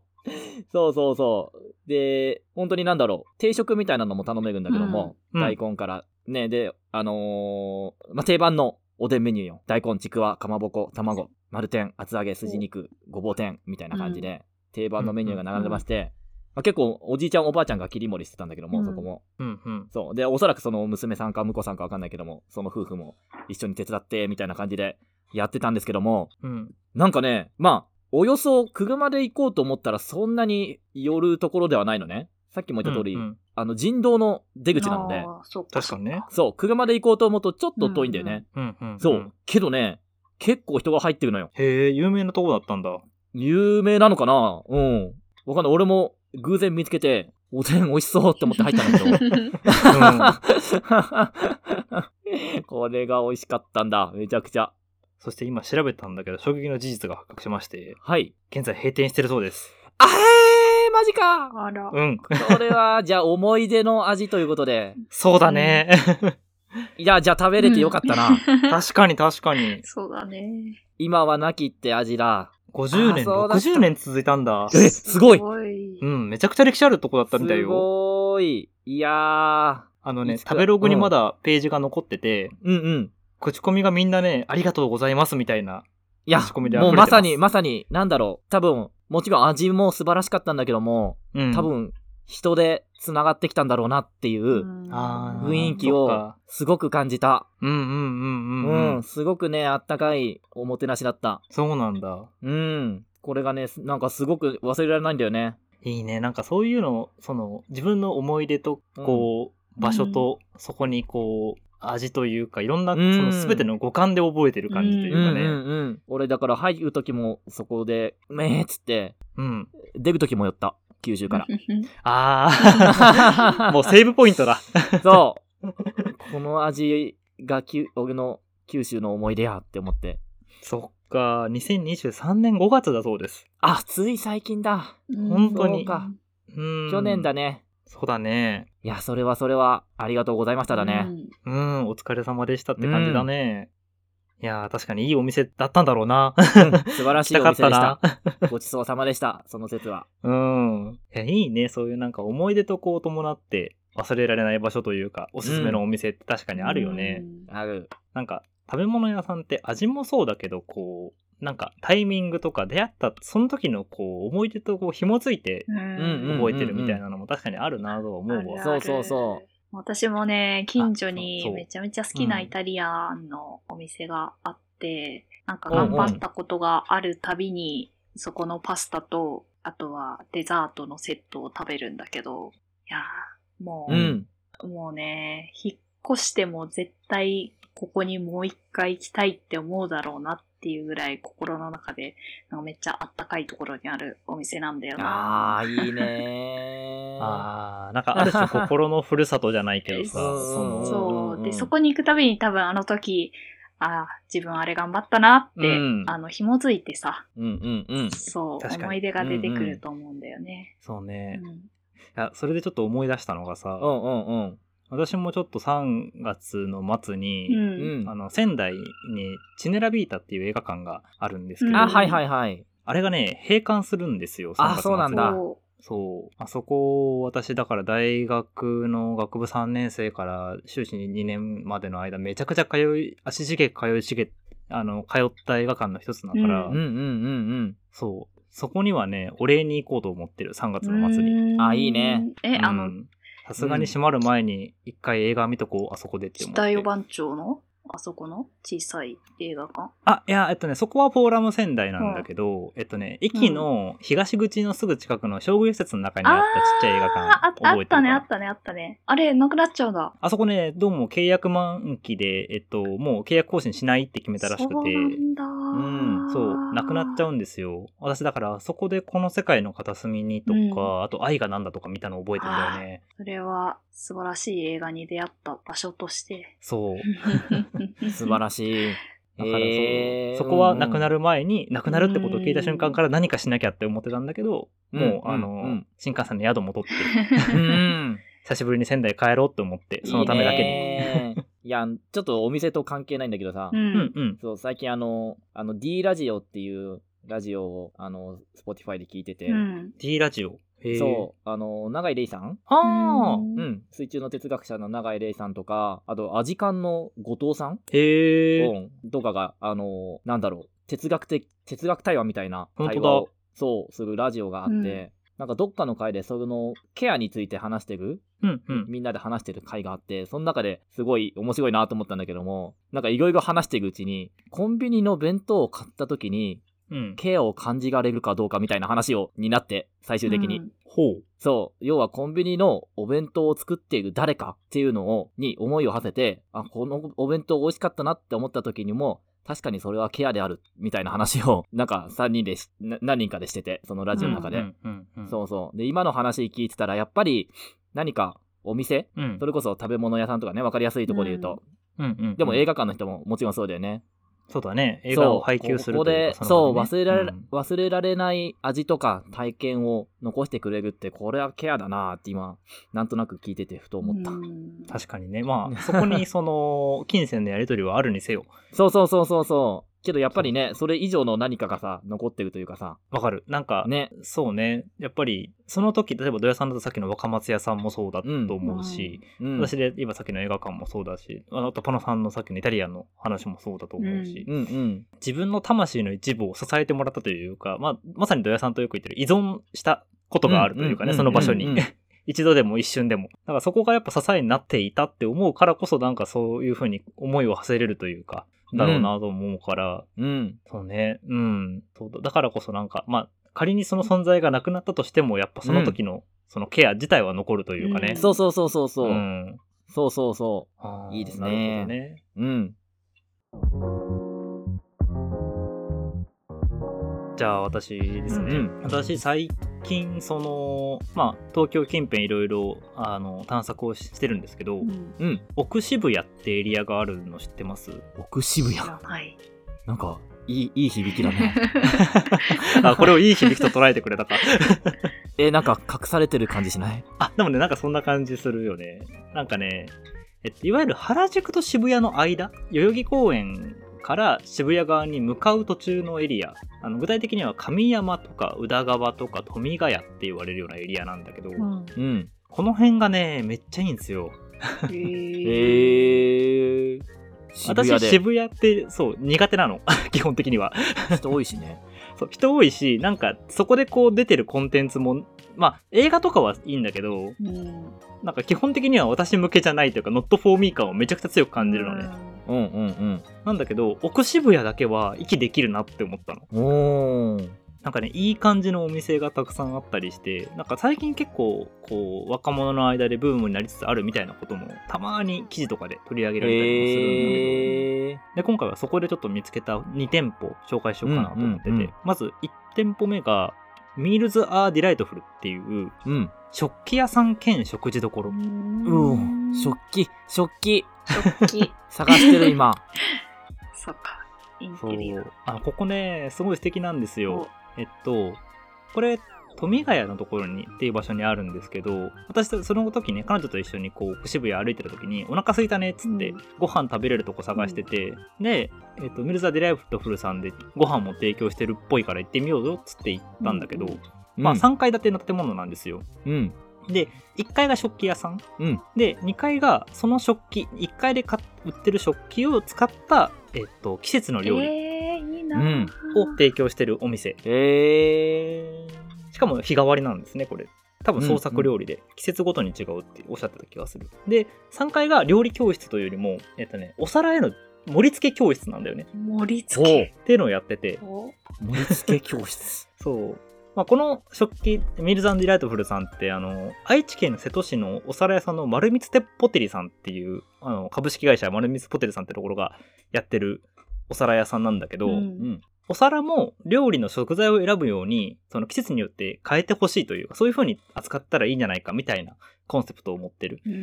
Speaker 3: そうそうそう。で、本当になんだろう、定食みたいなのも頼めるんだけども、
Speaker 1: うん
Speaker 3: 大根から。ね、で、あのーまあ、定番のおでんメニューよ。大根、ちくわ、かまぼこ、卵、丸天、厚揚げ、すじ肉、ごぼう天、みたいな感じで、定番のメニューが並んでまして、まあ、結構おじいちゃんおばあちゃんが切り盛りしてたんだけども、
Speaker 2: うん
Speaker 3: そこも。
Speaker 1: うんうん。
Speaker 3: そう。で、おそらくその娘さんか婿さんかわかんないけども、その夫婦も一緒に手伝って、みたいな感じでやってたんですけども、
Speaker 1: うん。
Speaker 3: なんかね、まあ、およそ車で行こうと思ったらそんなに寄るところではないのね。さっきも言った通り、
Speaker 1: うんうん
Speaker 3: あの人道の出口なので、
Speaker 2: あーそう
Speaker 1: 確かにね。
Speaker 3: そう、車で行こうと思うとちょっと遠いんだよね。
Speaker 1: うんうん。
Speaker 3: そう。。けどね、結構人が入ってるのよ。
Speaker 1: へえ、有名なとこだ ったんだ。
Speaker 3: 有名なのかなうん。わかんない。俺も偶然見つけて、おでん美味しそうって思って入ったんだけど。
Speaker 1: うん、
Speaker 3: これが美味しかったんだ。めちゃくちゃ。
Speaker 1: そして今調べたんだけど、衝撃の事実が発覚しまして、
Speaker 3: はい。
Speaker 1: 現在閉店してるそうです。
Speaker 3: あえー、マジか
Speaker 2: あら。
Speaker 1: うん。
Speaker 3: これは、じゃあ思い出の味ということで。
Speaker 1: そうだね。
Speaker 3: いや、じゃあ食べれてよかったな。
Speaker 1: 確かに確かに。
Speaker 2: そうだね。
Speaker 3: 今はなきって味だ。
Speaker 1: 50
Speaker 3: あ
Speaker 1: 年、
Speaker 3: そうだった
Speaker 1: 60年続いたんだ。
Speaker 3: えすごい
Speaker 1: うん、めちゃくちゃ歴史あるとこだった
Speaker 3: す
Speaker 1: みたいよ。
Speaker 3: ごーい。いやー。
Speaker 1: あのね、
Speaker 3: いつか
Speaker 1: 食べログにまだページが残ってて、
Speaker 3: うんうん。
Speaker 1: 口コミがみんなね、ありがとうございますみたいな。
Speaker 3: いや
Speaker 1: 口、コミで溢れ
Speaker 3: もう
Speaker 1: てま
Speaker 3: ますさに、まさに、なんだろう。多分、もちろん味も素晴らしかったんだけども、
Speaker 1: うん。
Speaker 3: 多分、人で繋がってきたんだろうなっていう
Speaker 1: あー
Speaker 3: 雰囲気
Speaker 1: そっ
Speaker 3: を
Speaker 1: か
Speaker 3: すごく感じた。
Speaker 1: うんうんうん
Speaker 3: う
Speaker 1: うんうん
Speaker 3: ん、。すごくね、あったかいおもてなしだった。
Speaker 1: そうなんだ。
Speaker 3: うん。これがね、なんかすごく忘れられないんだよね。
Speaker 1: いいね。なんかそういうの、その、自分の思い出と、こう、
Speaker 2: ん
Speaker 1: 場所と、そこにこう、味というか、いろんな、
Speaker 3: う
Speaker 1: そ
Speaker 3: ん
Speaker 1: の全ての五感で覚えてる感じという
Speaker 3: う
Speaker 1: か
Speaker 3: ん
Speaker 1: ね。
Speaker 3: う
Speaker 1: うん
Speaker 3: んうん。俺だから入る時もそこで、めーっつって、出る時も寄った。九 州か
Speaker 1: あ
Speaker 3: ら。
Speaker 1: あ、もうセーブポイントだ。
Speaker 3: そう。この味がきゅ俺の九州の思い出やって思って。
Speaker 1: そっか、2023年5月だそうです。
Speaker 3: あ、つい最近だ。
Speaker 1: 本当
Speaker 3: そう
Speaker 1: に。
Speaker 3: か
Speaker 1: うん
Speaker 3: 去年だ。ね。
Speaker 1: そうだね。
Speaker 3: いや、それはそれは、ありがとうございましただね。
Speaker 1: うん、お疲れ様でしたって感じだね。いやー、確かにいいお店だったんだろうな。
Speaker 3: 素晴らしいお店でした。ごちそうさまでした、その説は。
Speaker 1: うん。いや、いいね。そういうなんか思い出とこう伴って忘れられない場所というか、おすすめのお店って確かにあるよね。。
Speaker 3: ある。
Speaker 1: なんか、食べ物屋さんって味もそうだけど、こう、なんかタイミングとか出会った、その時のこう、思い出とこう、紐づいて
Speaker 2: うん。
Speaker 3: うん
Speaker 1: 覚えてるみたいなのも確かにあるなとは思うわ。
Speaker 3: そうそうそう
Speaker 2: 私もね、近所に
Speaker 1: そう
Speaker 2: めちゃめちゃ好きなイタリアンのお店があって、なんか頑張ったことがあるたびに、そこのパスタと、あとはデザートのセットを食べるんだけど、いやーもう、
Speaker 3: うん。
Speaker 2: もうね、引っ越しても絶対ここにもう一回行きたいって思うだろうなっていうぐらい心の中で、なんかめっちゃあったかいところにあるお店なんだよな。
Speaker 3: ああ、いいね ー。
Speaker 1: ああ、なんかある種心のふるさとじゃないけど さ、
Speaker 3: うん
Speaker 1: その、
Speaker 2: そ
Speaker 3: うん
Speaker 2: う。で、そこに行くたびに多分あの時、ああ、自分あれ頑張ったなって、
Speaker 3: うん
Speaker 2: あの、紐づいてさ、
Speaker 3: うんうんうん。
Speaker 2: そう、
Speaker 1: 確かに
Speaker 2: 思い出が出てくると思うんだよね。
Speaker 1: そう
Speaker 2: う
Speaker 1: ね。い
Speaker 2: ん
Speaker 1: や、それでちょっと思い出したのがさ、
Speaker 3: うんうんうん。
Speaker 1: 私もちょっと3月の末に、
Speaker 2: うん
Speaker 3: うん
Speaker 1: あの仙台にチネラビータっていう映画館があるんですけど、
Speaker 2: うん
Speaker 3: あ、はいはいはい。
Speaker 1: あれがね閉館するんですよ
Speaker 3: あ
Speaker 1: 3月末
Speaker 3: そうなんだ
Speaker 2: そ
Speaker 1: そうあそこ私だから大学の学部3年生から修士2年までの間めちゃくちゃ通い足しげく通いしげあの通った映画館の一つだから、
Speaker 3: うんうんうん
Speaker 1: そうそこにはねお礼に行こうと思ってる3
Speaker 2: う
Speaker 1: 月の末に。
Speaker 2: うーん
Speaker 3: あいいね。
Speaker 2: え、あ
Speaker 1: う
Speaker 2: の、
Speaker 1: んさすがに閉まる前に一回映画見とこうあそこでって思って
Speaker 2: 北四番町のあそこの小さい映画館
Speaker 1: あ、いや、えっとね、そこはフォーラム仙台なんだけど、えっとね、駅の東口のすぐ近くの商業施設の中にあったちっちゃい映画館。
Speaker 2: あああ
Speaker 1: 覚え
Speaker 2: って
Speaker 1: るか
Speaker 2: た
Speaker 1: な
Speaker 2: ね、あったね、あったね。あれ、なくなっちゃうんだ。
Speaker 1: あそこね、どうも契約満期で、えっと、もう契約更新しないって決めたらしく
Speaker 2: そうな
Speaker 1: て、
Speaker 2: んだ。
Speaker 3: うん
Speaker 1: そう、なくなっちゃ
Speaker 2: う。
Speaker 1: うんですよ。私だから、そこでこの世界の片隅にとか、
Speaker 2: う
Speaker 1: あと愛がなんだとか見たの覚えてんだよね。
Speaker 2: それは素晴らしい映画に出会った場所 として。
Speaker 1: そう。
Speaker 3: 素
Speaker 2: らし
Speaker 3: 晴らしい。
Speaker 1: だからそう、
Speaker 3: えー
Speaker 1: そこはなくな
Speaker 3: る。
Speaker 1: る前に、なくなるってことを聞いた瞬間から何かしなきゃって思ってたんだけど、
Speaker 3: うん
Speaker 1: もう、
Speaker 3: うん
Speaker 1: あの、
Speaker 3: うん
Speaker 1: 新幹線の宿も取って、
Speaker 3: うん。
Speaker 1: 久しぶりに仙台帰ろうと思って、 そのためだけに。
Speaker 3: に。いや、ちょっとお店と関係ないんだけどさ、
Speaker 2: うん
Speaker 1: うんうん。
Speaker 3: そう最近あの、あの D ラジオっていうラジオを、あの、Spotify で聞いてて、
Speaker 2: うん。
Speaker 1: D ラジオ。へー
Speaker 3: そう、あの、永井玲さん
Speaker 2: あー
Speaker 3: うんうん、水中の哲学者の永井玲さんとか、あと、アジカンの後藤さん、
Speaker 1: へえ。
Speaker 3: うんとかが、あの、なんだろう、哲学的、哲学対話みたいな
Speaker 1: 本当
Speaker 3: 対
Speaker 1: だ
Speaker 3: 話を、そう、するラジオがあって、
Speaker 2: うん
Speaker 3: なんかどっかの回で、その、ケアについて話してる
Speaker 1: うんうん。
Speaker 3: みんなで話してる回があって、その中ですごい面白いなと思ったんだけども、なんかいろいろ話していくうちに、コンビニの弁当を買った時に、
Speaker 1: うん。
Speaker 3: ケアを感じられるかどうかみたいな話を、になって、最終的に。
Speaker 2: うん
Speaker 1: ほう。
Speaker 3: そう、要はコンビニのお弁当を作っている誰かっていうのを、に思いを馳せて、あ、このお弁当美味しかったなって思った時にも、確かにそれはケアである、みたいな話を、 なんか3人でし、な何人かでしてて、そのラジオの中で。
Speaker 1: うんうんうん。
Speaker 3: そうそう。で、今の話聞いてたら、やっぱり、何かお店
Speaker 1: うん。うん
Speaker 3: それこそ食べ物屋さんとかね、わかりやすいところで言うと。
Speaker 1: うんうん。
Speaker 3: でも映画館の人ももちろんそうだよね。
Speaker 1: そうだね。映画を配給する
Speaker 3: そうことこ
Speaker 1: いう
Speaker 3: で
Speaker 1: か、
Speaker 3: そう、
Speaker 1: の中
Speaker 3: 忘
Speaker 1: で
Speaker 3: れ
Speaker 1: ね
Speaker 3: られ、
Speaker 1: うん
Speaker 3: 忘れられない味とか体験を残してくれるって、これはケアだなーって今、なんとなく聞いててふと思った。
Speaker 2: うん
Speaker 1: 確かにね。まあ、そこ にその、金銭のやり取りはあるにせよ。
Speaker 3: そうそうそうそうそう。けどやっぱりね、それ以上の何かがさ、残ってるというかさ、
Speaker 1: わかる。なんか、
Speaker 3: ね。
Speaker 1: そうね。やっぱり、その時、例えば土屋さんだとさっきの若松屋さんもそうだと思うし、
Speaker 3: うん。
Speaker 1: 私で今さっきの映画館もそうだし、あとパノさんのさっきのイタリアンの話もそうだと思うし、
Speaker 3: うんうん。
Speaker 1: 自分の魂の一部を支えてもらったというか、まあ、まさに土屋さんとよく言ってる依存したことがあるというかね、
Speaker 3: うん
Speaker 1: その場所
Speaker 3: うん
Speaker 1: に
Speaker 3: うん。
Speaker 1: 一度でも一瞬でも。だからそこがやっぱ支えになっていたって思うからこそなんかそういうふうに思いを馳せれるというか、だろうなと思うから、
Speaker 3: うん。
Speaker 1: そうね。うん。そうだだからこそなんか、まあ、仮にその存在がなくなったとしても、やっぱその時の、そのケア自体は残るというかね。
Speaker 3: そうそうそうそうそう。
Speaker 1: ん
Speaker 3: そうそうそ
Speaker 1: あー
Speaker 3: いいですね
Speaker 1: なるほどね。
Speaker 3: う。うん。
Speaker 1: じゃあ私ですね。
Speaker 3: うん
Speaker 1: 私最近、その、まあ、東京近辺いろいろ、あの、探索をしてるんですけど、
Speaker 2: うん
Speaker 3: うん。
Speaker 1: 奥渋谷ってエリアがあるの知って ます
Speaker 3: 奥渋
Speaker 2: 知
Speaker 3: 谷。
Speaker 2: らない。
Speaker 3: なんか、いい、いい響きだね。
Speaker 1: あ、これをいい響きと捉えてくれたか。
Speaker 3: え、なんか隠されてる感じしない
Speaker 1: あ、でもね、なんかそんな感じするよね。なんかね、えっと、いわゆる原宿と渋谷の間、代々木公園から渋谷側に向かう途中のエリア、あの具体的には上山とか宇田川とか富ヶ谷って言われるようなエリアなんだけど、
Speaker 2: うん。
Speaker 3: うん。
Speaker 1: この辺がね、めっちゃいいんですよ。
Speaker 2: へえ。
Speaker 3: へえー。渋谷
Speaker 1: 私、
Speaker 3: で
Speaker 1: 渋谷って、そう、苦手なの、 基本的には。
Speaker 3: 人多いしね。
Speaker 1: そう人多いし、なんか、そこでこう出てるコンテンツも、まあ、映画とかはいいんだけど、
Speaker 2: うん
Speaker 1: なんか基本的には私向けじゃないというか、ノットフォーミー感をめちゃくちゃ強く感じるのね。。
Speaker 3: うんうん
Speaker 1: なんだけど、奥渋谷だけは息できるなって思ったの。
Speaker 3: うん。おー。
Speaker 1: なんかね、いい感じのお店がたくさんあったりして、なんか最近結構、こう、若者の間でブームになりつつあるみたいなことも、たまに記事とかで取り上げられたりもするんだけど、
Speaker 3: えー。
Speaker 1: で、今回はそこでちょっと見つけた2店舗紹介しようかなと思ってて、
Speaker 3: うんうんうん
Speaker 1: まず1店舗目が、ミールズ・アー・ディライトフルっていう、
Speaker 3: うん。
Speaker 1: 食器屋さん兼食事処。
Speaker 3: うお
Speaker 2: ん
Speaker 3: 食器、食器、
Speaker 2: 食器。
Speaker 3: 探してる 今。
Speaker 2: そっか。インテ
Speaker 1: そう
Speaker 2: リア。
Speaker 1: あここねすごい素敵なんです
Speaker 2: お
Speaker 1: よえっとこれ富ヶ谷のところにっていう場所にあるんですけど私とその時ね彼女と一緒にこう渋谷歩いてる時にお腹空いたねっつって、
Speaker 2: うん
Speaker 1: ご飯食べれるとこ探してて、で、えっと、ミルザ・デライフトフルさんでご飯も提供してるっぽいから行ってみようよっつって行ったんだけど、
Speaker 2: うん
Speaker 1: まあ、
Speaker 3: さ
Speaker 1: 3階建ての建物なんですよ
Speaker 3: うん。
Speaker 1: で1階が食器屋さん、
Speaker 3: うん
Speaker 1: で2階がその食器1階で買っ売ってる食器を使った、えっと、季節の料理
Speaker 2: えー、いいな。
Speaker 3: うん
Speaker 1: を提供してるお店
Speaker 3: え
Speaker 1: しかも日替わりなんですねこれ多分創作料理で季節ごとに違うっておっしゃってた気がする、で3階が料理教室というよりもえっとねお皿への盛り付け教室なんだよね
Speaker 2: 盛り
Speaker 3: ー。
Speaker 2: 付け。
Speaker 1: っていうのをやってて
Speaker 2: お
Speaker 3: お盛り付け教室。
Speaker 1: そう、まあ、この食器ミルザンディライトフルさんってあの愛知県瀬戸市のお皿屋さんの丸光テポテリさんっていうあの株式会社丸光ポテリさんってところがやってるお皿屋さんなんだけど、
Speaker 2: うん
Speaker 3: ん。
Speaker 1: お皿も料理の食材を選ぶように、その季節によって変えてほしいというか、そういう風に扱ったらいいんじゃないかみたいなコンセプトを持ってる
Speaker 2: う。
Speaker 3: うん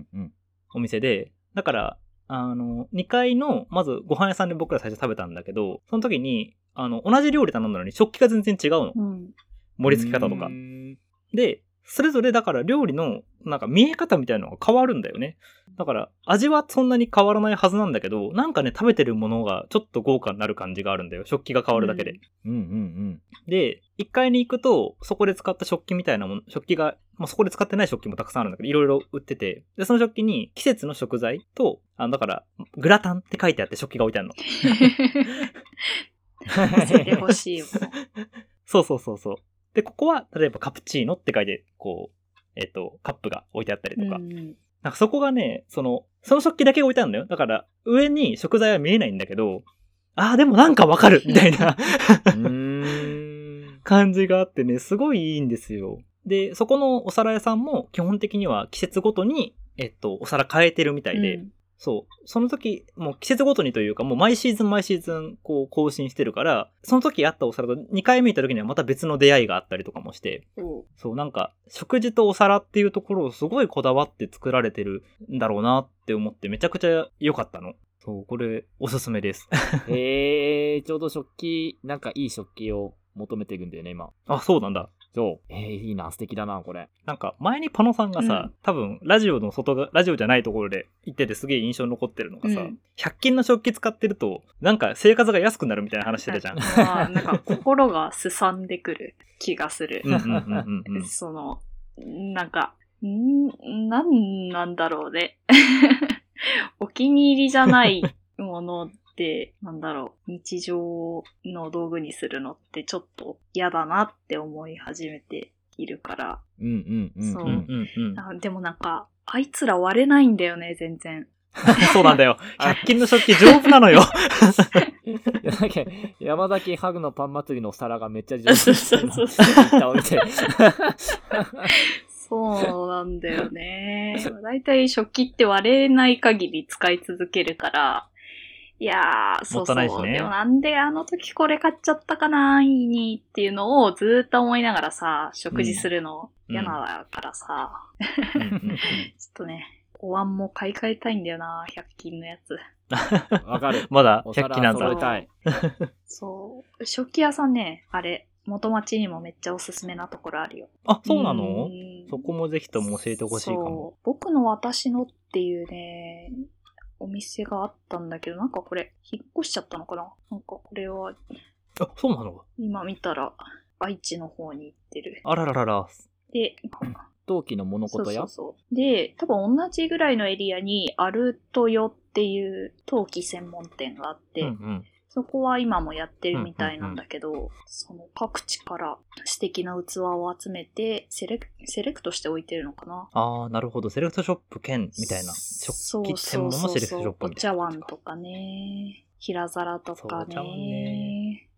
Speaker 3: ん。うん。
Speaker 1: お店で、だから、あの、2階の、まずご飯屋さんで僕ら最初食べたんだけど、その時に、あの、同じ料理頼んだのに食器が全然違うの。
Speaker 2: うん。
Speaker 1: 盛り付け方とか
Speaker 3: う。ん
Speaker 1: で、それぞれだから料理のなんか見え方みたいなのが変わるんだよね。だから味はそんなに変わらないはずなんだけど、なんかね、食べてるものがちょっと豪華になる感じがあるんだよ。食器が変わるだけで。
Speaker 2: うん
Speaker 3: うんうん
Speaker 1: で、1階に行くと、そこで使った食器みたいなもの、食器が、まあ、そこで使ってない食器もたくさんあるんだけど、いろいろ売ってて、で、その食器に季節の食材と、あの、だから、グラタンって書いてあって食器が置いてあるの。
Speaker 2: 見せてほしいもん。
Speaker 1: そうそうそうそう。で、ここは、例えばカプチーノって書いて、こう、えっ、と、カップが置いてあったりとか、
Speaker 2: うん
Speaker 1: なんかそこがね、その、その食器だけ置いてあるんだよ。だから、上に食材は見えないんだけど、ああ、でもなんかわかるみたいな
Speaker 3: うん。う
Speaker 1: 感じがあってね、すごいいいんですよ。で、そこのお皿屋さんも基本的には季節ごとに、えっと、お皿変えてるみたいで、
Speaker 2: うん
Speaker 1: そう。その時、もう季節ごとにというか、もう毎シーズン毎シーズン、こう、更新してるから、その時あったお皿と2回目行った時にはまた別の出会いがあったりとかもして、
Speaker 2: お
Speaker 1: そう、なんか、食事とお皿っていうところをすごいこだわって作られてるんだろうなって思って、めちゃくちゃ良かったの。そう、これ、おすすめです。
Speaker 3: えー、ちょうど食器、なんかいい食器を求めていくんだよね、今。
Speaker 1: あ、そうなんだ。
Speaker 3: そう。えー、いいな、素敵だな、これ。
Speaker 1: なんか、前にパノさんがさ、
Speaker 2: う
Speaker 1: 多分、ラジオの外が、ラジオじゃないところで行っててすげえ印象に残ってるのがさ、
Speaker 2: うん
Speaker 1: 100均の食器使ってると、なんか生活が安くなるみたいな話してたじゃん。
Speaker 2: あーなんか心がすさんでくる気がする。
Speaker 1: うんうんうんうんうん。
Speaker 2: その、なんか、んなんなんだろうね。 お気に入りじゃないものって、なんだろう、日常の道具にするのってちょっと嫌だなって思い始めているから。
Speaker 3: うんうんうん。
Speaker 2: そう
Speaker 1: うんうんうん。
Speaker 2: あでもなんか、あいつら割れないんだよね、全然。
Speaker 1: そうなんだよ。100均の食器丈夫なのよ。
Speaker 3: いやなんか山崎ハグのパン祭りのお皿がめっちゃ上
Speaker 2: そう
Speaker 3: 手
Speaker 2: そうそう
Speaker 3: 板を見て。
Speaker 2: そうなんだよね。だいたい食器って割れない限り使い続けるから、いやー、そ
Speaker 1: もっ
Speaker 2: うそ
Speaker 1: た
Speaker 2: う。
Speaker 1: ないしね
Speaker 2: でもなんであの時これ買っちゃったかな、いいにっていうのをずーっと思いながらさ、食事するの
Speaker 1: うん
Speaker 2: 嫌なからさ、
Speaker 1: うんうんうん
Speaker 2: ちょっとね、お椀も買い替えたいんだよな、100均のやつ。
Speaker 3: わかる。
Speaker 1: まだ
Speaker 3: お
Speaker 1: 100
Speaker 3: 皿
Speaker 1: 均なん
Speaker 3: 揃
Speaker 1: だ
Speaker 3: え。たい。
Speaker 2: そう。食器屋さんね、あれ、元町にもめっちゃおすすめなところあるよ。
Speaker 1: あ、そうなの
Speaker 2: ん
Speaker 1: そこもぜひとも教えてほしいかも。
Speaker 2: そう僕の私のっていうね、お店があったんだけど、なんかこれ、引っ越しちゃったのかななんかこれは、
Speaker 1: あ、そうなの
Speaker 2: 今見たら、愛知の方に行ってる。
Speaker 1: あらららら。
Speaker 2: で、
Speaker 3: 陶器の物
Speaker 2: そ
Speaker 3: 事
Speaker 2: う
Speaker 3: や
Speaker 2: そうそう。で、多分同じぐらいのエリアに、アルトヨっていう陶器専門店があって、
Speaker 1: うんうん。
Speaker 2: そこは今もやってるみたいなんだけど、その各地から素敵な器を集めてセレク、セレクトして置いてるのかな
Speaker 1: ああ、なるほど。セレクトショップ兼みたいな。
Speaker 2: そ
Speaker 1: 食
Speaker 2: う
Speaker 1: 器専門のセレクトショップみたいな。
Speaker 2: そうそうそうお茶碗とかね、平皿とか
Speaker 1: そうお茶碗
Speaker 2: ね。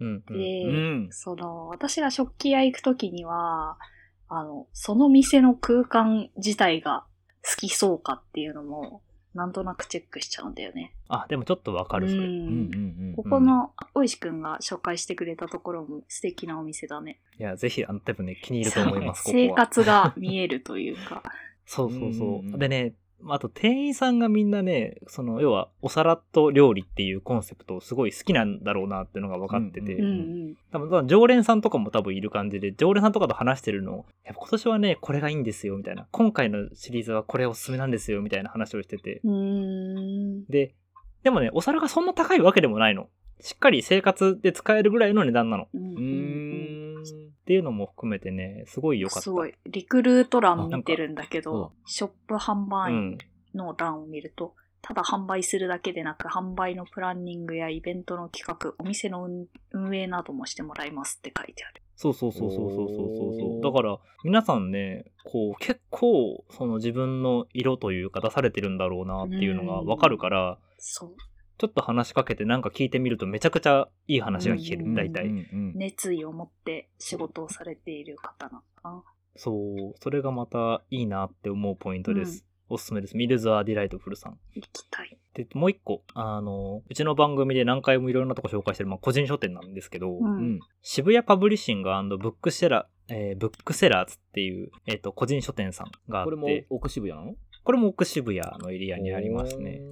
Speaker 1: うんうん。
Speaker 2: で、
Speaker 3: うん。
Speaker 2: その、私が食器屋行くときには、あの、その店の空間自体が好きそうかっていうのも、なんとなくチェックしちゃうんだよね。
Speaker 1: あ、でもちょっとわかる、
Speaker 2: う
Speaker 1: それ。
Speaker 3: うんんうん
Speaker 2: ここの、おいしくんが紹介してくれたところも素敵なお店だね。
Speaker 1: いや、ぜひ、あの、多分ね、気に入ると思います、ここ
Speaker 2: 生
Speaker 1: は。
Speaker 2: 活が見えるというか。
Speaker 1: そうそう
Speaker 3: うん
Speaker 1: そ
Speaker 3: うんう
Speaker 1: う。
Speaker 3: ん
Speaker 1: でね、あと店員さんがみんなね、その、要は、お皿と料理っていうコンセプトをすごい好きなんだろうな っていうのが分かってて、
Speaker 2: うん
Speaker 3: うん
Speaker 2: うん。
Speaker 1: 多分常連さんとかも多分いる感じで、常連さんとかと話してるのを、やっぱ今年はね、これがいいんですよ、みたいな。今回のシリーズはこれおすすめなんですよ、みたいな話をしてて、
Speaker 2: うーん。
Speaker 1: で、でもね、お皿がそんな高いわけでもないの。しっかり生活で使えるぐらいの値段なの。っ
Speaker 2: うん
Speaker 3: う。
Speaker 2: うん
Speaker 3: う
Speaker 2: うん
Speaker 3: ん
Speaker 1: ていうのも含めてね、すごい良かった。
Speaker 2: すごい。リクルート欄見てるんだけ
Speaker 3: あなん
Speaker 2: ど
Speaker 3: か、
Speaker 2: ショップ販
Speaker 1: う
Speaker 2: 売員
Speaker 1: ん。
Speaker 2: の欄を見ると、ただ販売するだけでなく、販売のプランニングやイベントの企画、お店の運運営などもしてもらいますって書いてある。
Speaker 1: そうそうそうそうそうそうそうそ
Speaker 3: お
Speaker 1: う。
Speaker 3: ー
Speaker 1: だから、皆さんね、こう、結構、その自分の色というか出されてるんだろうなっていうのがわかるから、
Speaker 2: そう。
Speaker 1: ちょっと話しかけてなんか聞いてみるとめちゃくちゃいい話が聞け
Speaker 2: う
Speaker 1: る、
Speaker 2: ん
Speaker 1: 大
Speaker 3: う
Speaker 1: 体。
Speaker 3: んうん
Speaker 2: 熱意を持って仕事をされている方なのかな。
Speaker 1: そう、それがまたいいなって思うポイントです。おすすめです。ミルズ・アー・ディライトフルさん。
Speaker 2: 行きたい。
Speaker 1: で、もう一個、あの、うちの番組で何回もいろんなとこ紹介してる、まあ、個人書店なんですけど、
Speaker 2: うん
Speaker 3: うん。
Speaker 1: 渋谷パブリッシングブックセラー、えーブックセラーズっていう、えっ、と、個人書店さんがあっ
Speaker 3: こ
Speaker 1: て、
Speaker 3: れも奥渋谷なの
Speaker 1: これも奥渋谷のエリアにありますね。。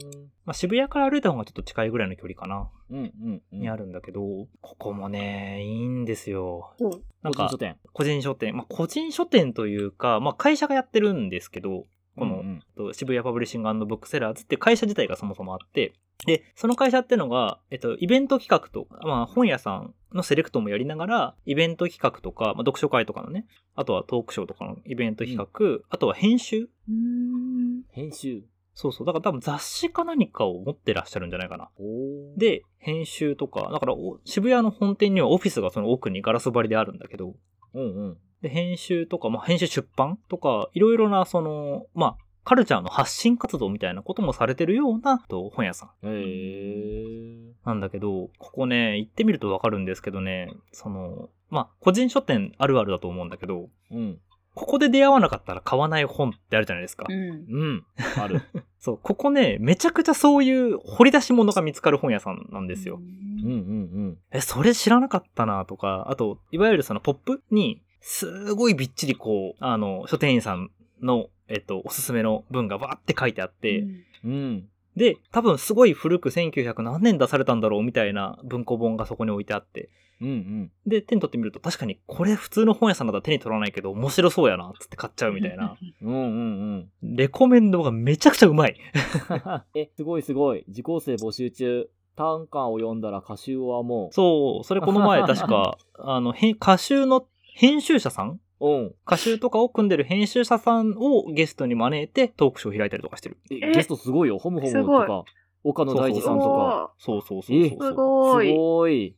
Speaker 1: まあ、渋谷から歩いた方がちょっと近いぐらいの距離かな、
Speaker 3: うんうんうん。
Speaker 1: にあるんだけど、ここもね、いいんですよ。なん
Speaker 3: 個人
Speaker 1: か
Speaker 3: 書、店。
Speaker 1: 個人書店。まあ、個人書店というか、まあ、会社がやってるんですけど、この
Speaker 3: うんうん
Speaker 1: と渋谷パブリッシングブックセラーズって会社自体がそもそもあって、で、その会社ってのが、えっと、イベント企画と、まあ、本屋さんのセレクトもやりながら、イベント企画とか、まあ、読書会とかのね、あとはトークショーとかのイベント企画、あとは編集
Speaker 2: うん。
Speaker 3: 編集。
Speaker 1: そうそう。だから多分雑誌か何かを持ってらっしゃるんじゃないかな。
Speaker 3: おー、
Speaker 1: で、編集とか、だからお渋谷の本店にはオフィスがその奥にガラス張りであるんだけど、
Speaker 3: うんうん。
Speaker 1: で、編集とか、まあ、編集出版とか、いろいろな、その、まあ、カルチャーの発信活動みたいなこともされてるような、と本屋さん
Speaker 3: へー。
Speaker 1: なんだけど、ここね、行ってみるとわかるんですけどね、その、まあ、個人書店あるあるだと思うんだけど、
Speaker 3: うん。
Speaker 1: ここで出会わなかったら買わない本ってあるじゃないですか。
Speaker 2: うん。
Speaker 3: うん。ある。
Speaker 1: そう、ここね、めちゃくちゃそういう掘り出し物が見つかる本屋さんなんですよ。
Speaker 3: うんうんうん。
Speaker 1: え、それ知らなかったなとか、あと、いわゆるそのポップに、すごいびっちりこう、あの、書店員さんの、えっと、おすすめの文がバーって書いてあって、
Speaker 2: うん
Speaker 3: うん。
Speaker 1: で、多分すごい古く1900何年出されたんだろうみたいな文庫本がそこに置いてあって、
Speaker 3: うんうん。
Speaker 1: で、手に取ってみると確かにこれ普通の本屋さんだったら手に取らないけど面白そうやな、つって買っちゃうみたいな。。
Speaker 3: うんうんうん。
Speaker 1: レコメンドがめちゃくちゃうまい。
Speaker 3: え、すごいすごい。受講生募集中。短歌を読んだら歌集はも
Speaker 1: そう、それこの前確か、あの、へん歌集の編集者さん
Speaker 3: う。うん。
Speaker 1: 歌集とかを組んでる編集者さんをゲストに招いてトークショーを開いたりとかしてる。
Speaker 3: え
Speaker 2: え
Speaker 3: ゲストすごいよ。ホムホム
Speaker 2: すごい
Speaker 3: とか、岡野大
Speaker 1: お
Speaker 3: 地
Speaker 1: じ
Speaker 3: さんとか。
Speaker 1: そうそうそうそう
Speaker 3: え
Speaker 1: そう
Speaker 2: すご
Speaker 3: す
Speaker 2: い。
Speaker 3: ごい。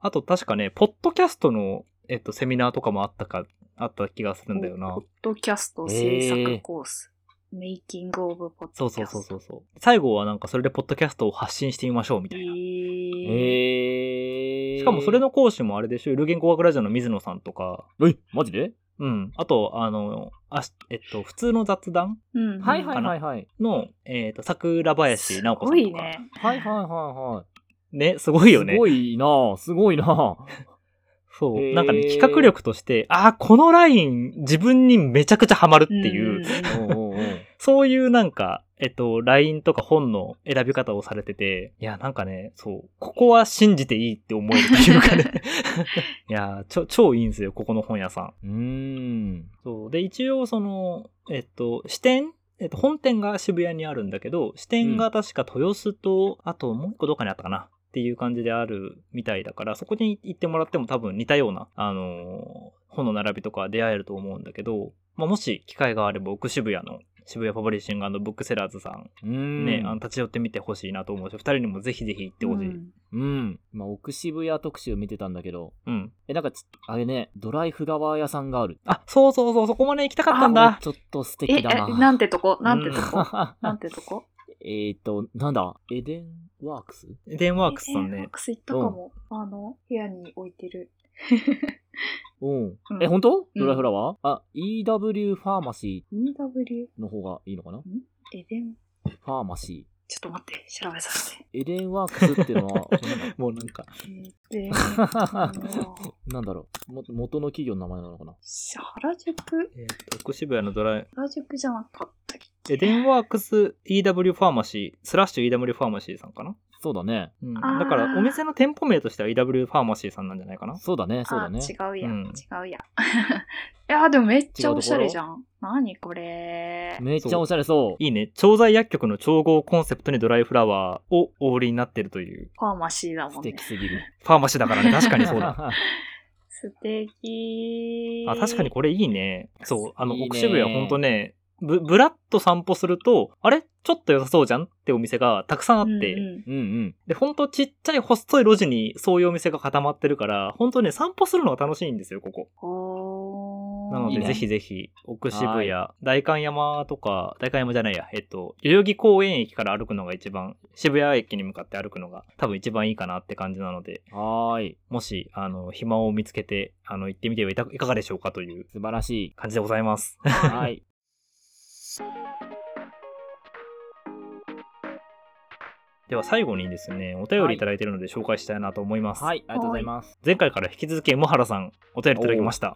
Speaker 1: あと確かね、ポッドキャストの、えっと、セミナーとかもあったか、あった気がするんだよな
Speaker 2: ポッ。ドキャスト制作コース。メイキングオブポッ
Speaker 1: そう
Speaker 2: ドキ
Speaker 1: そう
Speaker 2: ャス
Speaker 1: そ
Speaker 2: ト。
Speaker 1: うそうそう。最後はなんかそれでポッドキャストを発信してみましょうみたいな。
Speaker 2: えー
Speaker 3: えー。
Speaker 1: しかもそれの講師もあれでしょ、ゆる言語学ラジオの水野さんとか、
Speaker 3: え、マジで
Speaker 1: うん。あと、あの、あしえっと、普通の雑談
Speaker 2: うん
Speaker 3: はいはいはいはい。
Speaker 1: の、えっと、桜林直子さんとか。
Speaker 2: すごいね。
Speaker 3: はいはいはいはい。
Speaker 1: ね、すごいよね
Speaker 3: す。ごいなぁ、すごいなぁ。
Speaker 1: そう。
Speaker 3: へー
Speaker 1: なんかね、企画力として、ああ、このライン自分にめちゃくちゃハマるっていう、
Speaker 2: う
Speaker 3: うんうんうん
Speaker 1: そういうなんか、えっと、ラインとか本の選び方をされてて、いや、なんかね、そう、ここは信じていいって思えるというか ね。いやー、ちょ、超いいんですよ、ここの本屋さん。
Speaker 3: うーん。
Speaker 1: そう。で、一応その、えっと、支店えっと、本店が渋谷にあるんだけど、支店が確か豊洲と、あともう一個どっかにあったかなっていう感じであるみたいだから、そこに行ってもらっても多分似たような、あのー本の並びとか出会えると思うんだけど、まあ、もし機会があれば、奥渋谷の渋谷パブリッシングブックセラーズさん、
Speaker 3: うーん。
Speaker 1: ね、あの立ち寄ってみてほしいなと思うし、二人にもぜひぜひ行ってほしい。うん。
Speaker 2: ん
Speaker 3: うん。まあ、奥渋谷特集見てたんだけど、
Speaker 1: うん、
Speaker 3: え、なんかち、あれね、ドライフ側屋さんがある。
Speaker 1: あ、そうそうそう、そこまで行きたかったん
Speaker 3: あ
Speaker 1: だ。
Speaker 3: これちょっと素
Speaker 2: え、え
Speaker 3: 敵だな。
Speaker 2: なんてとこなんてと こなんてとこ
Speaker 3: えっと、なんだ、エデンワークス
Speaker 1: 電話ワークスさん
Speaker 2: えワー
Speaker 1: ね。
Speaker 2: クス行ったかも。あの、部屋に置いてる。
Speaker 3: うん
Speaker 2: う。ん
Speaker 3: え、本当ドライフラワーあ、EW ファーマシ
Speaker 2: EW?
Speaker 3: ーの方がいいのかな
Speaker 2: エデン
Speaker 3: ファーマシ
Speaker 2: ちょっと待って、調べさせて。
Speaker 3: ー。エデンワークスっていうのは、
Speaker 1: もうなんか、
Speaker 2: エデンあの
Speaker 3: なんだろう。も元の企業の名前なのかな
Speaker 2: 原宿
Speaker 1: えっと奥渋谷のドライ、
Speaker 2: 原宿じゃなかったっけ
Speaker 1: エデンワークス EW ファーマシー、スラッシュ EW ファーマシーさんかな、
Speaker 3: そうだね。
Speaker 1: うん、だ
Speaker 2: あー
Speaker 1: からお店の店舗名としては EW ファーマシーさんなんじゃないかな
Speaker 3: そうだね、そう
Speaker 2: あ
Speaker 3: だね。
Speaker 2: 違うや、
Speaker 1: うん
Speaker 2: 違うや。 いや、でもめっちゃおしゃれじゃん。何これ。
Speaker 3: めっちゃおしゃれそう。
Speaker 1: いいね。調剤薬局の調合コンセプトにドライフラワーをお売りになってるという。
Speaker 2: ファーマシーだ
Speaker 3: 素
Speaker 2: もんね
Speaker 3: 敵。すぎる。
Speaker 1: ファーマシーだ からね。確かにそうだ。。
Speaker 2: 素敵。
Speaker 1: あ、確かにこれいいね。そう。あの、
Speaker 3: いいね
Speaker 1: 奥渋谷ほんとね、ぶ、ぶらっと散歩すると、あれちょっと良さそうじゃんってお店がたくさんあって、
Speaker 2: うんうん
Speaker 3: うんうん。
Speaker 1: で、ほんとちっちゃい細い路地にそういうお店が固まってるから、ほんとね、散歩するのが楽しいんですよ、ここ。
Speaker 2: おー
Speaker 1: なの
Speaker 3: いい
Speaker 1: で、
Speaker 3: ね
Speaker 1: ぜひぜひ、奥渋
Speaker 3: は
Speaker 1: 谷
Speaker 3: い、
Speaker 1: 代官山とか、代官山じゃないや、えっと、代々木公園駅から歩くのが一番、渋谷駅に向かって歩くのが多分一番いいかなって感じなので、
Speaker 3: はーい。
Speaker 1: もし、あの、暇を見つけて、あの、行ってみてはいたいかがでしょうかという
Speaker 3: 素晴らしい。
Speaker 1: 感じでございます。
Speaker 3: はい。
Speaker 1: では最後にですね、お便りいただいているので紹介したいなと思います。
Speaker 3: はい、ありがとうございます。
Speaker 1: 前回から引き続き、もはらさん、お便りいただきました。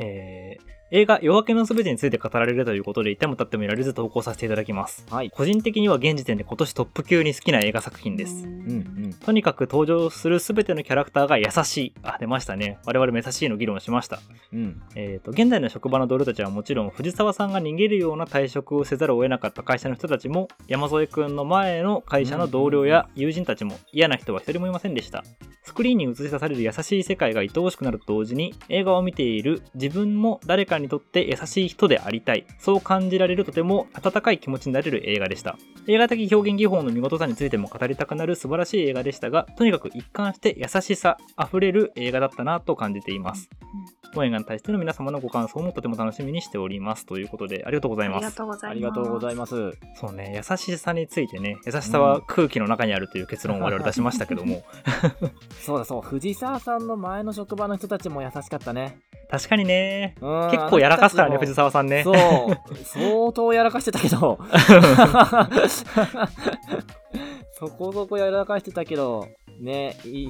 Speaker 1: えー映画「夜明けのすべて」について語られるということで、いてもたってもいられず投稿させていただきます。
Speaker 3: はい。
Speaker 1: 個人的には現時点で今年トップ級に好きな映画作品です。
Speaker 3: うんうん。
Speaker 1: とにかく登場するすべてのキャラクターが優しい。あ、出ましたね。我々も優しいの議論をしました。
Speaker 3: うん。
Speaker 1: えー、と現代の職場の同僚たちはもちろん藤沢さんが逃げるような退職をせざるを得なかった会社の人たちも山添君の前の会社の同僚や友人たちも嫌な人は一人もいませんでしたスクリーンに映し出される優しい世界が愛おしくなると同時に映画を見ている自分も誰かにとって優しい人でありたいそう感じられるとても温かい気持ちになれる映画でした映画的表現技法の見事さについても語りたくなる素晴らしい映画でしたがとにかく一貫して優しさあふれる映画だったなと感じています応援がに対しての皆様のご感想もとても楽しみにしておりますということでありがとうござい
Speaker 2: あ
Speaker 1: ま
Speaker 2: りが
Speaker 1: す
Speaker 2: とうございます。
Speaker 3: ありがとうございます。
Speaker 1: そうね優しさについてね優しさは空気の中にあるという結論を我々出しましたけども
Speaker 3: そうだそう、藤沢さんの前の職場の人たちも優しかったね。
Speaker 1: 確かにね
Speaker 3: うん
Speaker 1: 結構やらかすからね
Speaker 3: あの人
Speaker 1: 藤
Speaker 3: たち
Speaker 1: 沢
Speaker 3: も
Speaker 1: さんね
Speaker 3: そう、相当やらかしてた けど。そこそこやらかしてたけど、ね、いい、い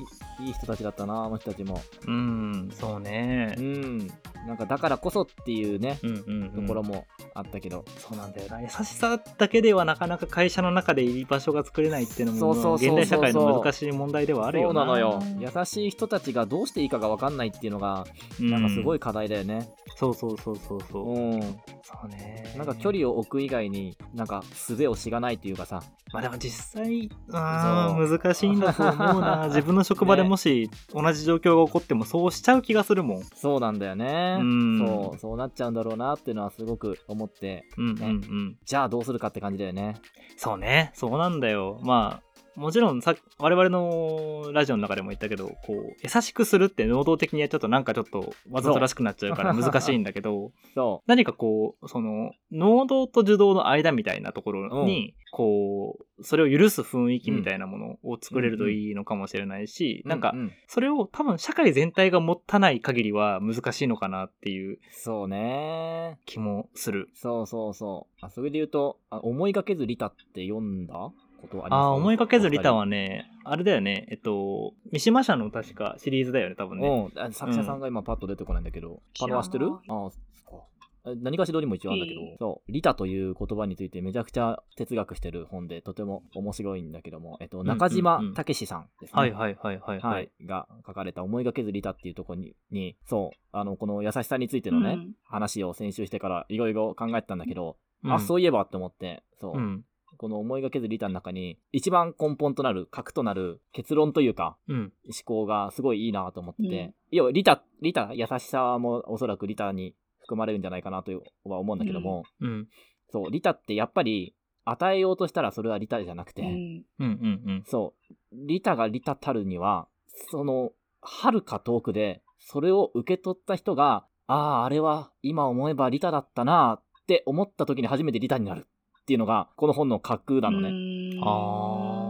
Speaker 3: い人たちだったな、あの人たちも。
Speaker 1: うんそうね
Speaker 3: うん。なんかだからこそっていうね、
Speaker 1: うんうん、う
Speaker 3: と
Speaker 1: ん、
Speaker 3: ころもあったけど。
Speaker 1: そうなんだよな優しさだけではなかなか会社の中で居場所が作れないっていうのも
Speaker 3: そうそうそうそ
Speaker 1: 現
Speaker 3: う
Speaker 1: 代社会の難しい問題ではあるよ
Speaker 3: そうなのよ
Speaker 2: うん
Speaker 3: 優しい人たちがどうしていいかが分かんないっていうのが
Speaker 1: うん
Speaker 3: なんかすごい課題だよね、
Speaker 1: そうそうそうそうそう、
Speaker 3: うん
Speaker 1: そうね
Speaker 3: なんか距離を置く以外になんか術を知らないっていうかさ
Speaker 1: まあでも実際、あー難しいんだと思う な。自分の職場でもし同じ状況が起こってもそうしちゃう気がするもん。
Speaker 3: そうなんだよね、
Speaker 1: うん
Speaker 3: そうそうなっちゃうんだろうなっていうのはすごく思って
Speaker 1: うんうんうん。
Speaker 3: じゃあどうするかって感じだよね
Speaker 1: そうね、そうなんだよ。まあ、もちろんさ我々のラジオの中でも言ったけど、こう、優しくするって能動的にやっちゃうとなんかちょっとわざとらしくなっちゃうから
Speaker 3: そう
Speaker 1: 難しいんだけど、
Speaker 3: そ
Speaker 1: 何かこう、その、能動と受動の間みたいなところに、こう、それを許す雰囲気みたいなものを作れるといいのかもしれないし、
Speaker 3: う
Speaker 1: なんか
Speaker 3: う、う
Speaker 1: それを多分社会全体が持たない限りは難しいのかなっていう
Speaker 3: そうね
Speaker 1: 気もする。
Speaker 3: そうそうそうあそれで言うとあ思いがけずリタって読んだことあります
Speaker 1: ああ、思いかけずリタはね、あれだよね、えっと、三島社の確かシリーズだよね、多分ね。
Speaker 3: うんあ作者さんが今パッと出てこないんだけど、パ
Speaker 2: 知らない
Speaker 3: ノは知ってるああそっかえ何かしらにも一応あるんだけど、
Speaker 2: ええ
Speaker 3: そう、リタという言葉についてめちゃくちゃ哲学してる本でとても面白いんだけども、えっと、
Speaker 1: んうん
Speaker 3: 中島武史さんですね。
Speaker 1: はいはいはいはい
Speaker 3: は
Speaker 1: はいい。、
Speaker 3: が書かれた「思いがけずリタ」っていうところににそうあのこの優しさについてのね、
Speaker 2: うん
Speaker 3: 話を先週してからいろいろ考えてたんだけど、あそう
Speaker 1: い
Speaker 3: いえばって思ってそう、
Speaker 1: うん。
Speaker 3: この「思いがけずリタ」の中に一番根本となる核となる結論というか
Speaker 1: うん。
Speaker 3: 思考がすごいいいなと思ってて、
Speaker 2: うん
Speaker 3: いやリタリタ優しさもおそらくリタに含まれるんじゃないかなというは思うんだけども、
Speaker 1: うん。
Speaker 3: そうリタってやっぱり与えようとしたらそれはリタじゃなくて、
Speaker 2: うん
Speaker 1: うんうん
Speaker 3: そうリタがリタたるにはそのはるか遠くでそれを受け取った人があああれは今思えばリタだったなって思った時に初めてリタになるっていうのがこの本の架空なのね。
Speaker 2: ね
Speaker 1: あ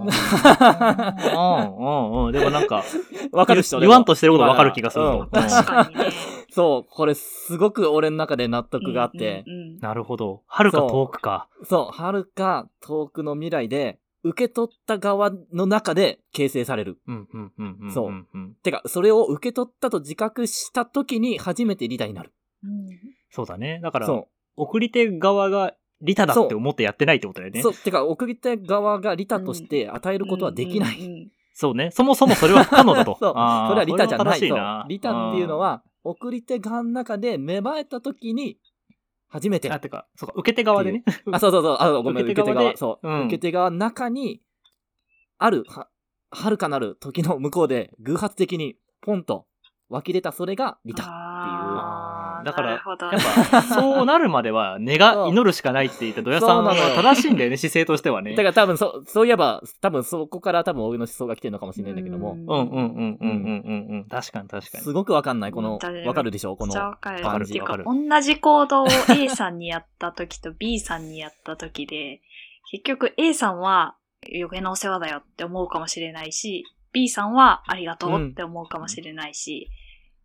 Speaker 3: わ、
Speaker 1: うん。うんうんうん。でもなんか、
Speaker 3: かる人
Speaker 1: 言 わんとしてることわかる気がする
Speaker 3: うん
Speaker 1: ぞ。うん
Speaker 2: 確か にね。
Speaker 3: そう、これすごく俺の中で納得があって、
Speaker 2: うんうんうん
Speaker 1: なるほど。はるか遠くか。
Speaker 3: そう、はるか遠くの未来で、受け取った側の中で形成される。
Speaker 1: うんうんうんうん。
Speaker 3: そう
Speaker 1: うんうん。
Speaker 3: てか、それを受け取ったと自覚した時に初めてリタになる。
Speaker 2: うん
Speaker 1: そうだね。だから、
Speaker 3: そ
Speaker 1: 送り手側がリタだって思ってやってないってことだよ
Speaker 3: う。
Speaker 1: ね。
Speaker 3: そう、てか、送り手側がリタとして与えることはできない。
Speaker 2: うんうんうん
Speaker 1: そうね。そもそもそれは不可能 だと。
Speaker 3: そう、それ
Speaker 1: あー
Speaker 3: はリタじゃない。
Speaker 1: それ
Speaker 3: そう
Speaker 1: も正し
Speaker 3: リタっていうの、は、送り手側の中で芽生えた時に、初め
Speaker 1: う
Speaker 3: て
Speaker 1: ん。あ、てか、そうか、受け手側でね。
Speaker 3: あ、そうそうそう。あ、ごめん、受
Speaker 1: 受け
Speaker 3: け手
Speaker 1: 手側
Speaker 3: 側。
Speaker 1: で
Speaker 3: そう。
Speaker 1: うん
Speaker 3: 受け手側の中に、ある、は、はるかなる時の向こうで、偶発的に、ポンと湧き出た、それが、リタ。
Speaker 2: あー
Speaker 1: だから
Speaker 2: なるほど
Speaker 1: やっ ぱ、そうなるまでは、根が祈るしかないって言った土屋さんは
Speaker 3: そうなのよ
Speaker 1: 正しいんだよね、姿勢としてはね。
Speaker 3: だから多分、そ、そういえば、多分そこから多分俺の思想が来てるのかもしれないんだけども、
Speaker 1: うんうんうんうんうんうんうん。確かに確かに
Speaker 3: す。ごくわかんない。この
Speaker 2: 本当だ、よ
Speaker 3: わかるでしょこ
Speaker 2: めっ
Speaker 3: の
Speaker 2: ちゃ。わかる。
Speaker 3: 感
Speaker 2: っ
Speaker 3: じ
Speaker 2: ていう
Speaker 1: わか、
Speaker 2: か
Speaker 1: る
Speaker 2: 同じ行動を A さんにやった時と B さんにやった時で、結局 A さんは余計なお世話だよって思うかもしれないし、B さんはありがとうって思うかもしれないし、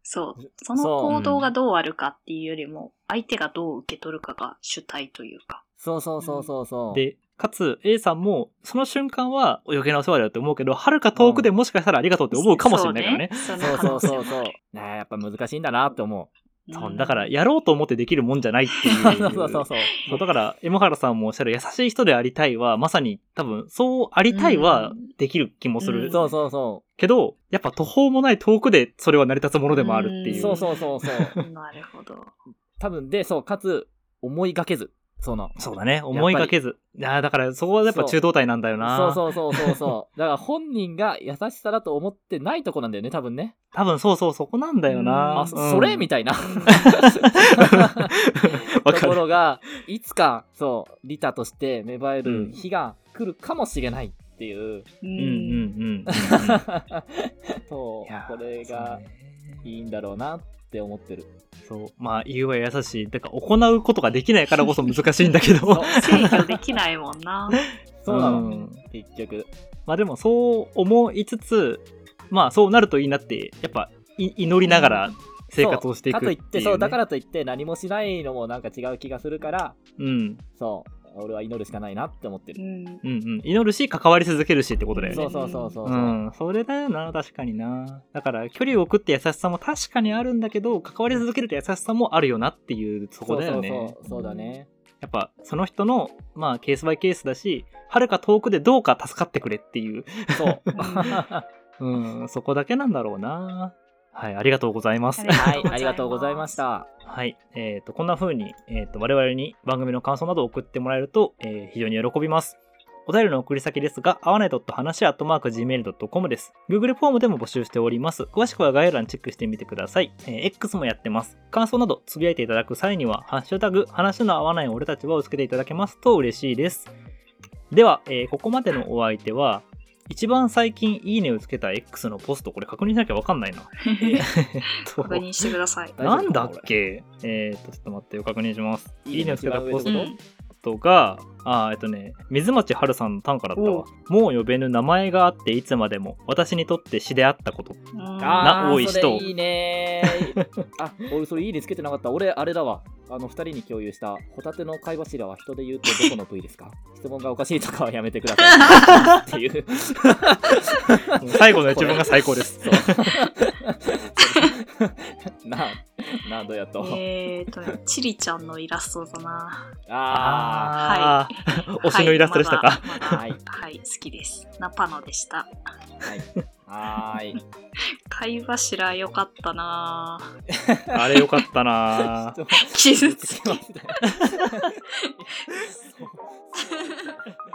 Speaker 2: そう。その
Speaker 3: そう
Speaker 2: 行動がどうあるかっていうよりも、相手がどう受け取るかが主体というか。
Speaker 3: そうそうそうそうそう。
Speaker 1: で、かつ A さんもその瞬間は余計なお世話だよって思うけど、はるか遠くでもしかしたらありがとうって思うかもしれないからね。
Speaker 2: そうね。
Speaker 3: そうそう
Speaker 2: う
Speaker 3: そうそう。ねやっぱ難しいんだなって思。
Speaker 2: ね
Speaker 1: そうだから、やろうと思ってできるもんじゃないっていうう。
Speaker 3: そうそうそうそう。
Speaker 1: そうだから、江原さんもおっしゃる優しい人でありたいは、まさに多分、そうありたいは
Speaker 2: うん
Speaker 1: できる気もする。
Speaker 2: うん
Speaker 3: そうそうそ
Speaker 1: けど、やっぱ途方もない遠くでそれは成り立つものでもあるって
Speaker 3: う。
Speaker 1: いう。
Speaker 3: そうそうそうそう。
Speaker 2: うんなるほど。
Speaker 3: 多分で、そう、かつ、思いがけず。その。
Speaker 1: そうだね。思いがけず。いやーだからそこはやっぱ中道体なんだよな。
Speaker 3: そうそうそうそうそう。だから本人が優しさだと思ってないとこなんだよね、多分ね。
Speaker 1: 多分そうそう、そこなんだよ
Speaker 2: うん
Speaker 1: な。
Speaker 3: あ、それみ
Speaker 1: た
Speaker 3: た いな。
Speaker 1: わか
Speaker 3: とこ
Speaker 1: る。
Speaker 3: ろが、いつか、そう、リタとして芽生える日が来るかもしれないって いう。
Speaker 2: う
Speaker 1: うんうんうん。
Speaker 2: ん。
Speaker 3: そう、
Speaker 1: いやー
Speaker 3: これが
Speaker 1: そうね
Speaker 3: いいんだろうなって思ってる。
Speaker 1: そう。まあ、言うは優しい。だから、行うことができないからこそ難しいんだけ
Speaker 3: そう
Speaker 1: ど。
Speaker 2: 制御できないもんな。
Speaker 3: そうなの、
Speaker 1: うん
Speaker 3: 結局。
Speaker 1: まあでも、そう思いつつ、まあ、そうなるといいなって、やっぱ、い祈りながら生活をしていく
Speaker 3: そ
Speaker 1: ってい、
Speaker 3: うかという
Speaker 1: ね。
Speaker 3: って、そう、だからといって何もしないのもなんか違う気がするから、
Speaker 1: うん。
Speaker 3: そう、俺は祈るしかないなって思って
Speaker 2: う
Speaker 3: る。
Speaker 2: ん。
Speaker 1: うんうん。祈るし、関わり続けるしってことだよね。
Speaker 3: そうそうそうそう。
Speaker 1: うん、それだよな、確かにな。だから、距離を置くって優しさも確かにあるんだけど、関わり続けるって優しさもあるよなっていう、そこだよね。
Speaker 3: そうそうそうそうだね。
Speaker 1: やっぱ、その人の、まあ、ケースバイケースだし、はるか遠くでどうか助かってくれっていう、
Speaker 3: そう。
Speaker 2: うん
Speaker 3: は
Speaker 1: うん、そこだけなんだろうな。はい、ありがとうございます。
Speaker 3: い、ありがとうございました。
Speaker 1: はい、えっ、と、こんな風に、えっ、と、我々に番組の感想などを送ってもらえると、えー非常に喜びます。お便りの送り先ですが、合わない.話アットマーク gmail.com です。Google フォームでも募集しております。詳しくは概要欄チェックしてみてください。えー X もやってます。感想などつぶやいていただく際には、ハッシュタグ、話の合わない俺たちはをつけていただけますと嬉しいです。では、えーここまでのお相手は、一番最近いいねをつけた X のポスト、これ確認しなきゃわかんないな。 えっと
Speaker 2: 確認してください。
Speaker 3: 大丈夫
Speaker 1: なんだっけえー、っと、ちょっと待ってよ、確認します。
Speaker 3: いいね
Speaker 1: いいねをつけたポス
Speaker 3: う
Speaker 2: うん
Speaker 3: ん
Speaker 1: トが、あーえっとね、水町春さんの短歌だったわ。もう呼べぬ名前があっていつまでも、私にとって詩であった こと。
Speaker 3: あー
Speaker 1: 多い人
Speaker 3: それいいねーあ俺それいいねつけてなかった俺あれだわあの2人に共有したホタテの貝柱は人で言うとどこの部位ですか 質問がおかしいとかはやめてくださいっ ていう
Speaker 1: もう最後の一文が最高です。
Speaker 3: そうななんどやと、
Speaker 2: えーとね、チリちゃんのイラストだな。
Speaker 3: あ
Speaker 1: あー推しのイラストでしたか。
Speaker 2: はい、まだ
Speaker 3: はい
Speaker 2: はい、好きです。ナパノでした。
Speaker 3: ーはいはーい
Speaker 2: 貝柱良かったなぁ。
Speaker 1: あれよかったなぁ
Speaker 3: ちょっと
Speaker 2: 傷つ
Speaker 3: つ
Speaker 2: き
Speaker 3: きましたそうそう